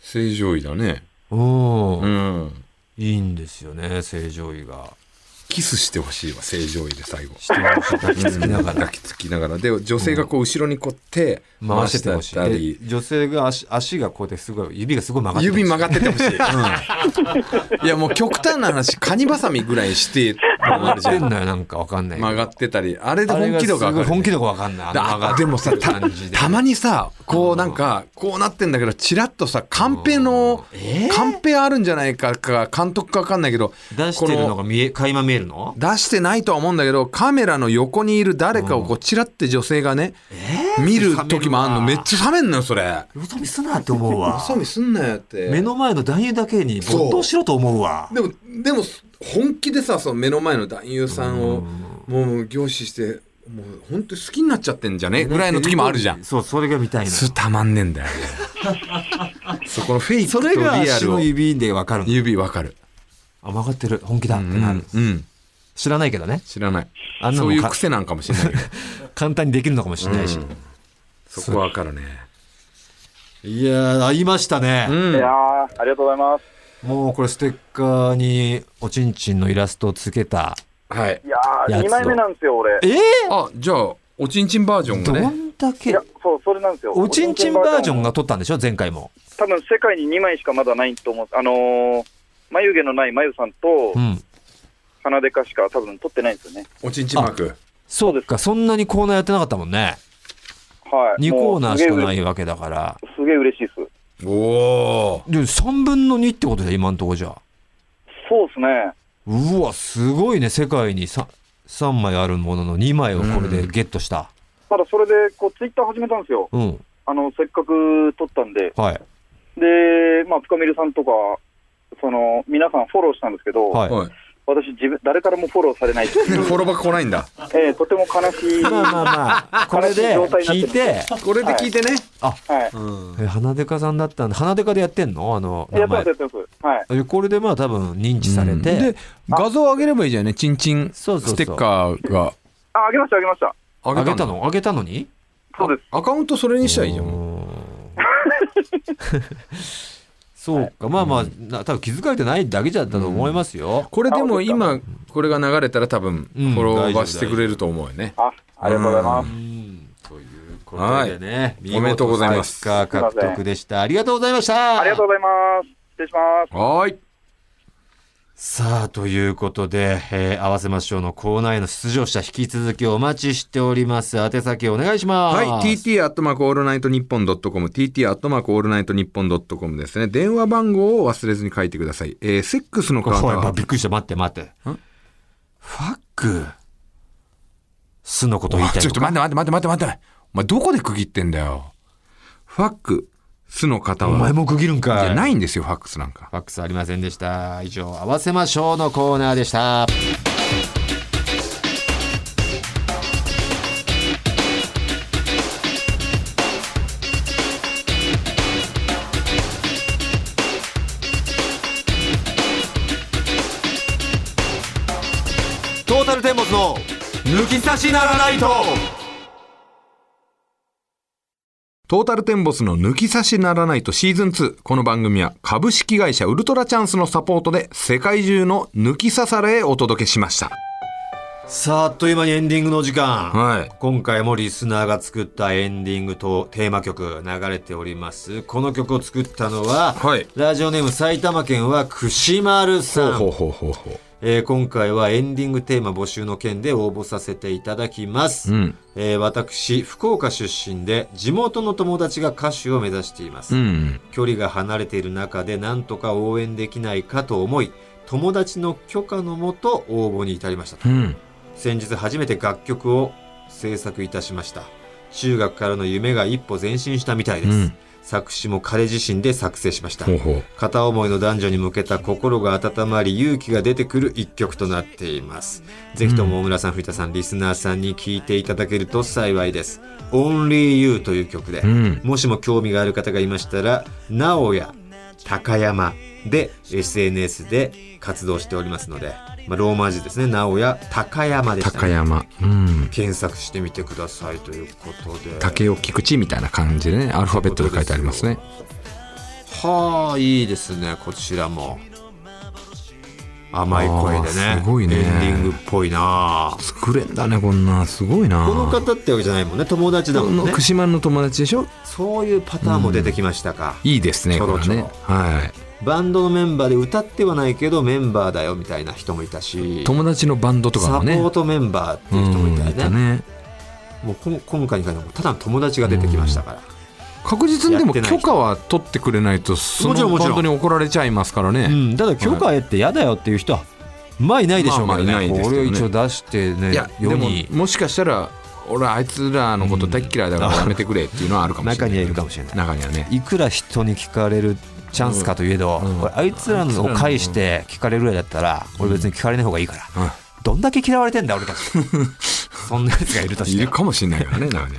[SPEAKER 2] 正常位だね
[SPEAKER 1] うん
[SPEAKER 2] うん
[SPEAKER 1] いいんですよね正常位が
[SPEAKER 2] キスしてほしいわ正常位で最後
[SPEAKER 1] してほしい抱きつきながら
[SPEAKER 2] 抱きつきながらで女性がこう後ろにこう手
[SPEAKER 1] 回しててほし
[SPEAKER 2] 回した
[SPEAKER 1] いで女性が足足がこうやってすごい指がすごい曲がって
[SPEAKER 2] 指曲
[SPEAKER 1] が
[SPEAKER 2] がっててほしい、 いやもう極端な話カニバサミぐらいしてもあるじゃ
[SPEAKER 1] てん
[SPEAKER 2] ん
[SPEAKER 1] のよなんかわかんないけど
[SPEAKER 2] 曲がってたりあれで
[SPEAKER 1] あれ
[SPEAKER 2] 本
[SPEAKER 1] が
[SPEAKER 2] 気
[SPEAKER 1] す
[SPEAKER 2] 度
[SPEAKER 1] ご
[SPEAKER 2] が
[SPEAKER 1] い
[SPEAKER 2] 上がる、
[SPEAKER 1] 本気度がわかんないあの曲が
[SPEAKER 2] だ
[SPEAKER 1] っ
[SPEAKER 2] でもさ
[SPEAKER 1] てる
[SPEAKER 2] た
[SPEAKER 1] 感じで
[SPEAKER 2] たまにさこうなんかこうなってんだけどチラッとさカンペの
[SPEAKER 1] えー
[SPEAKER 2] カンペあるんじゃないかか監督か分かんないけど
[SPEAKER 1] 出してるの
[SPEAKER 2] こ
[SPEAKER 1] が見え垣間見えるの
[SPEAKER 2] 出してないとは思うんだけどカメラの横にいる誰かをこうチラッて女性がね、見る時もあんの
[SPEAKER 1] 冷め
[SPEAKER 2] め
[SPEAKER 1] る
[SPEAKER 2] っ
[SPEAKER 1] わ
[SPEAKER 2] ちゃ冷めんのよそれ。
[SPEAKER 1] よそ見すなって思うわ
[SPEAKER 2] サミすんなよって
[SPEAKER 1] 目の前の男優だけに没頭しろと思うわ
[SPEAKER 2] でもでも本気でさその目の前の男優さんをもう凝視してもう本当に好きになっちゃってんじゃねぐらいの時もあるじゃん
[SPEAKER 1] そうそれが見たいの
[SPEAKER 2] それたまんねえんだよ そこのフェイク
[SPEAKER 1] そ
[SPEAKER 2] と
[SPEAKER 1] れ
[SPEAKER 2] リ
[SPEAKER 1] が
[SPEAKER 2] ア
[SPEAKER 1] 足
[SPEAKER 2] ルを
[SPEAKER 1] の指でわかるの
[SPEAKER 2] 指わかる
[SPEAKER 1] あ曲がってる本気だって
[SPEAKER 2] う
[SPEAKER 1] なる
[SPEAKER 2] ん、うん、
[SPEAKER 1] 知らないけどね
[SPEAKER 2] 知らない
[SPEAKER 1] あんな
[SPEAKER 2] そ
[SPEAKER 1] の
[SPEAKER 2] ういう
[SPEAKER 1] か
[SPEAKER 2] 癖なんかもしれないけど
[SPEAKER 1] 簡単にできるのかもしれないし、
[SPEAKER 2] うんそこわかるね
[SPEAKER 1] いやー合いましたね、
[SPEAKER 2] うん
[SPEAKER 4] いやーありがとうございます。
[SPEAKER 1] もうこれステッカーにおちんちんのイラストをつけた
[SPEAKER 2] はい
[SPEAKER 4] いや
[SPEAKER 1] や
[SPEAKER 4] ー、
[SPEAKER 1] つを
[SPEAKER 4] 2枚目なんですよ、俺。
[SPEAKER 1] え
[SPEAKER 2] あじゃあおちんちんバージョン
[SPEAKER 1] ー、
[SPEAKER 2] が
[SPEAKER 1] ど
[SPEAKER 2] ね
[SPEAKER 1] んだ
[SPEAKER 4] い
[SPEAKER 1] け
[SPEAKER 4] や、そう、それなんですよ。
[SPEAKER 1] おちんちんバージョンが撮ったんでしょ前回も
[SPEAKER 4] 多分世界に2枚しかまだないと思う。あのー、眉毛のない眉さんと
[SPEAKER 1] うん
[SPEAKER 4] 鼻でかしか多分撮ってないんですよね。
[SPEAKER 2] おちんちんマーク
[SPEAKER 1] そうかそんなにコーナーやってなかったもんね
[SPEAKER 4] はい。。
[SPEAKER 1] 2コーナーしかないいわけだから
[SPEAKER 4] すげえ嬉しいです。
[SPEAKER 2] おお
[SPEAKER 1] でも3分の2ってことで今んとこじゃあ
[SPEAKER 4] そうですね。
[SPEAKER 1] うわすごいね世界に 3, 三枚あるものの2枚をこれでゲットした
[SPEAKER 4] ただそれで、こう、ツイッター始めたんですよ。
[SPEAKER 1] うん、
[SPEAKER 4] あの、せっかく撮ったんで。
[SPEAKER 1] はい
[SPEAKER 4] で、まあ、深見るさんとか、その、皆さんフォローしたんですけど、
[SPEAKER 1] はい、
[SPEAKER 2] はい
[SPEAKER 4] 私、自分、誰からもフォローされないってい
[SPEAKER 2] フ
[SPEAKER 4] う、
[SPEAKER 2] ォロバック来ないんだ
[SPEAKER 4] ええとても悲しい。
[SPEAKER 1] まあまあまあこれで聞いて
[SPEAKER 2] これで聞いてね、
[SPEAKER 4] はい。
[SPEAKER 2] うん
[SPEAKER 1] え花デカさんだったんで花デカでやってんのあの
[SPEAKER 4] や
[SPEAKER 1] 名
[SPEAKER 4] って
[SPEAKER 1] 前
[SPEAKER 4] ます、やってます。はい。
[SPEAKER 1] えこれでまあ多分認知されて、
[SPEAKER 2] で画像上げればいいじゃんねチンチンス
[SPEAKER 1] そうそうそう
[SPEAKER 2] テッカーが
[SPEAKER 4] あ、あげました、あげました。
[SPEAKER 2] 上
[SPEAKER 1] あげたのあげたのに
[SPEAKER 4] そうです。
[SPEAKER 2] アカウントそれにしたらいいじゃ
[SPEAKER 1] うんーん そうか、まあまあな多分気づかれてないだけじゃったと思いますよ、
[SPEAKER 2] これでも今これが流れたら多分フ
[SPEAKER 1] うん
[SPEAKER 2] ォローはしてくれると思うよね
[SPEAKER 4] あ、ありがとうございます。
[SPEAKER 1] ということでね、見事
[SPEAKER 2] おめでとうございます
[SPEAKER 1] ステッカー獲得でした。ありがとうございました。
[SPEAKER 4] ありがとうございます。失礼します。
[SPEAKER 2] はーい
[SPEAKER 1] さあ、ということで、えー合わせましょうのコーナーへの出場者、引き続きお待ちしております。宛先お願いします。
[SPEAKER 2] はい TT アットマークオールナイトニッポンドットコム TT アットマークオールナイトニッポンドットコムですね電話番号を忘れずに書いてくださいえーセックスのカード
[SPEAKER 1] おい、
[SPEAKER 2] は
[SPEAKER 1] びっくりした。待って、待って。ファックスのこと言いたい
[SPEAKER 2] ちょっ
[SPEAKER 1] のか。
[SPEAKER 2] と待って待って待って待って待ってお前どこで区切ってんだよファックスの方
[SPEAKER 1] お
[SPEAKER 2] は
[SPEAKER 1] 前も区切るん
[SPEAKER 2] い
[SPEAKER 1] か
[SPEAKER 2] や
[SPEAKER 1] い。
[SPEAKER 2] ないんですよファックスなんか
[SPEAKER 1] ファックスありませんでした。以上、合わせましょうのコーナーでした。トータルテンボスの抜き差しならないと。
[SPEAKER 2] トータルテンボスの抜き差しならないとシーズン2。この番組は株式会社ウルトラチャンスのサポートで世界中の抜き差されへお届けしました。
[SPEAKER 1] さあ、あっという間にエンディングの時間。
[SPEAKER 2] はい。
[SPEAKER 1] 今回もリスナーが作ったエンディングとテーマ曲流れておりますこの曲を作ったのは、
[SPEAKER 2] はい
[SPEAKER 1] ラジオネーム埼玉県は串丸さん
[SPEAKER 2] うほうほうほう。
[SPEAKER 1] えー今回はエンディングテーマ募集の件で応募させていただきます、
[SPEAKER 2] うん
[SPEAKER 1] えー私福岡出身で地元の友達が歌手を目指しています、
[SPEAKER 2] うん
[SPEAKER 1] 距離が離れている中で何とか応援できないかと思い友達の許可のもと応募に至りましたと
[SPEAKER 2] うん
[SPEAKER 1] 先日初めて楽曲を制作いたしました中学からの夢が一歩前進したみたいです、
[SPEAKER 2] うん
[SPEAKER 1] 作詞も彼自身で作成しました
[SPEAKER 2] ほうほう
[SPEAKER 1] 片思いの男女に向けた心が温まり勇気が出てくる一曲となっていますぜひとも大村さん藤田さんリスナーさんに聴いていただけると幸いです「Only You」という曲で、
[SPEAKER 2] うん
[SPEAKER 1] もしも興味がある方がいましたら「なおや高山」で SNS で活動しておりますので、まあ、ローマ字ですね「なおや高山」でしたね、
[SPEAKER 2] 高山うん
[SPEAKER 1] 検索してみてくださいということで
[SPEAKER 2] 竹を菊池みたいな感じでねアルファベットで書いてありますね
[SPEAKER 1] はあいいですねこちらも甘い声で
[SPEAKER 2] あ
[SPEAKER 1] ね
[SPEAKER 2] ーすごいね
[SPEAKER 1] エンディングっぽいな
[SPEAKER 2] 作れんだねこんなすごいな
[SPEAKER 1] この方ってわけじゃないもんね友達だも
[SPEAKER 2] こ
[SPEAKER 1] ん
[SPEAKER 2] の
[SPEAKER 1] ね
[SPEAKER 2] 串間の友達でしょ
[SPEAKER 1] そういうパターンも出てきましたか、
[SPEAKER 2] いいですね
[SPEAKER 1] ちょ
[SPEAKER 2] これ
[SPEAKER 1] ろ
[SPEAKER 2] は
[SPEAKER 1] ちょろ
[SPEAKER 2] ねは
[SPEAKER 1] バンドのメンバーで歌ってはないけどメンバーだよみたいな人もいたし
[SPEAKER 2] い友達のバンドとか
[SPEAKER 1] サ
[SPEAKER 2] も
[SPEAKER 1] ポ
[SPEAKER 2] ね
[SPEAKER 1] ートメンバーっていう人もいた
[SPEAKER 2] うん
[SPEAKER 1] よね,、
[SPEAKER 2] ね
[SPEAKER 1] もうこん今回に関してはもうただの友達が出てきましたから、
[SPEAKER 2] 確実にでも
[SPEAKER 1] やってない
[SPEAKER 2] 許
[SPEAKER 1] 人
[SPEAKER 2] 可は取ってくれないとそ
[SPEAKER 1] もちろ
[SPEAKER 2] の
[SPEAKER 1] んもちろ
[SPEAKER 2] バ
[SPEAKER 1] ん
[SPEAKER 2] ンドに怒られちゃいますからね
[SPEAKER 1] うん、ただ許可得って嫌だよっていう人はまあいないでしょうけどね,、
[SPEAKER 2] まあまあいないです
[SPEAKER 1] こ
[SPEAKER 2] け
[SPEAKER 1] れ
[SPEAKER 2] どね
[SPEAKER 1] を一応出してね
[SPEAKER 2] いやで
[SPEAKER 1] 世
[SPEAKER 2] も
[SPEAKER 1] に
[SPEAKER 2] もしかしたら俺あいつらのこと大っ嫌いだからやめてくれっていうのはあるかもしれな
[SPEAKER 1] 中
[SPEAKER 2] い
[SPEAKER 1] にはいるかもしれない
[SPEAKER 2] 中にはね
[SPEAKER 1] いくら人に聞かれるチャンスかといえど、
[SPEAKER 2] ん
[SPEAKER 1] これあいつらのを介して聞かれるぐらいだったら、俺別に聞かれない方がいいから、どんだけ嫌われてんだ 俺たちそんなやつがいるとし
[SPEAKER 2] い
[SPEAKER 1] てい
[SPEAKER 2] るかもしれないからね中に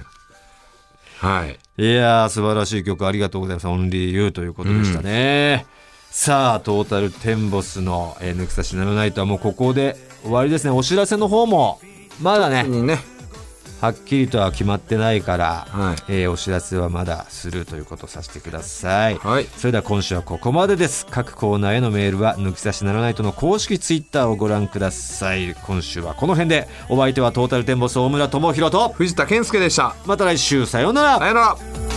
[SPEAKER 2] ははい
[SPEAKER 1] やー素晴らしい曲ありがとうございます「オンリーユーということでしたね、さあトータルテンボスの「えー抜き差しならないと」はもうここで終わりですねお知らせの方もまだね、
[SPEAKER 2] ね
[SPEAKER 1] はっきりとは決まってないから、
[SPEAKER 2] はい
[SPEAKER 1] えーお知らせはまだするということをさせてください、
[SPEAKER 2] はい
[SPEAKER 1] それでは今週はここまでです各コーナーへのメールは抜き差しならないとの公式ツイッターをご覧ください今週はこの辺でお相手はトータルテンボス大村智広と
[SPEAKER 2] 藤田健介でした
[SPEAKER 1] また来週さようなら
[SPEAKER 2] さよなら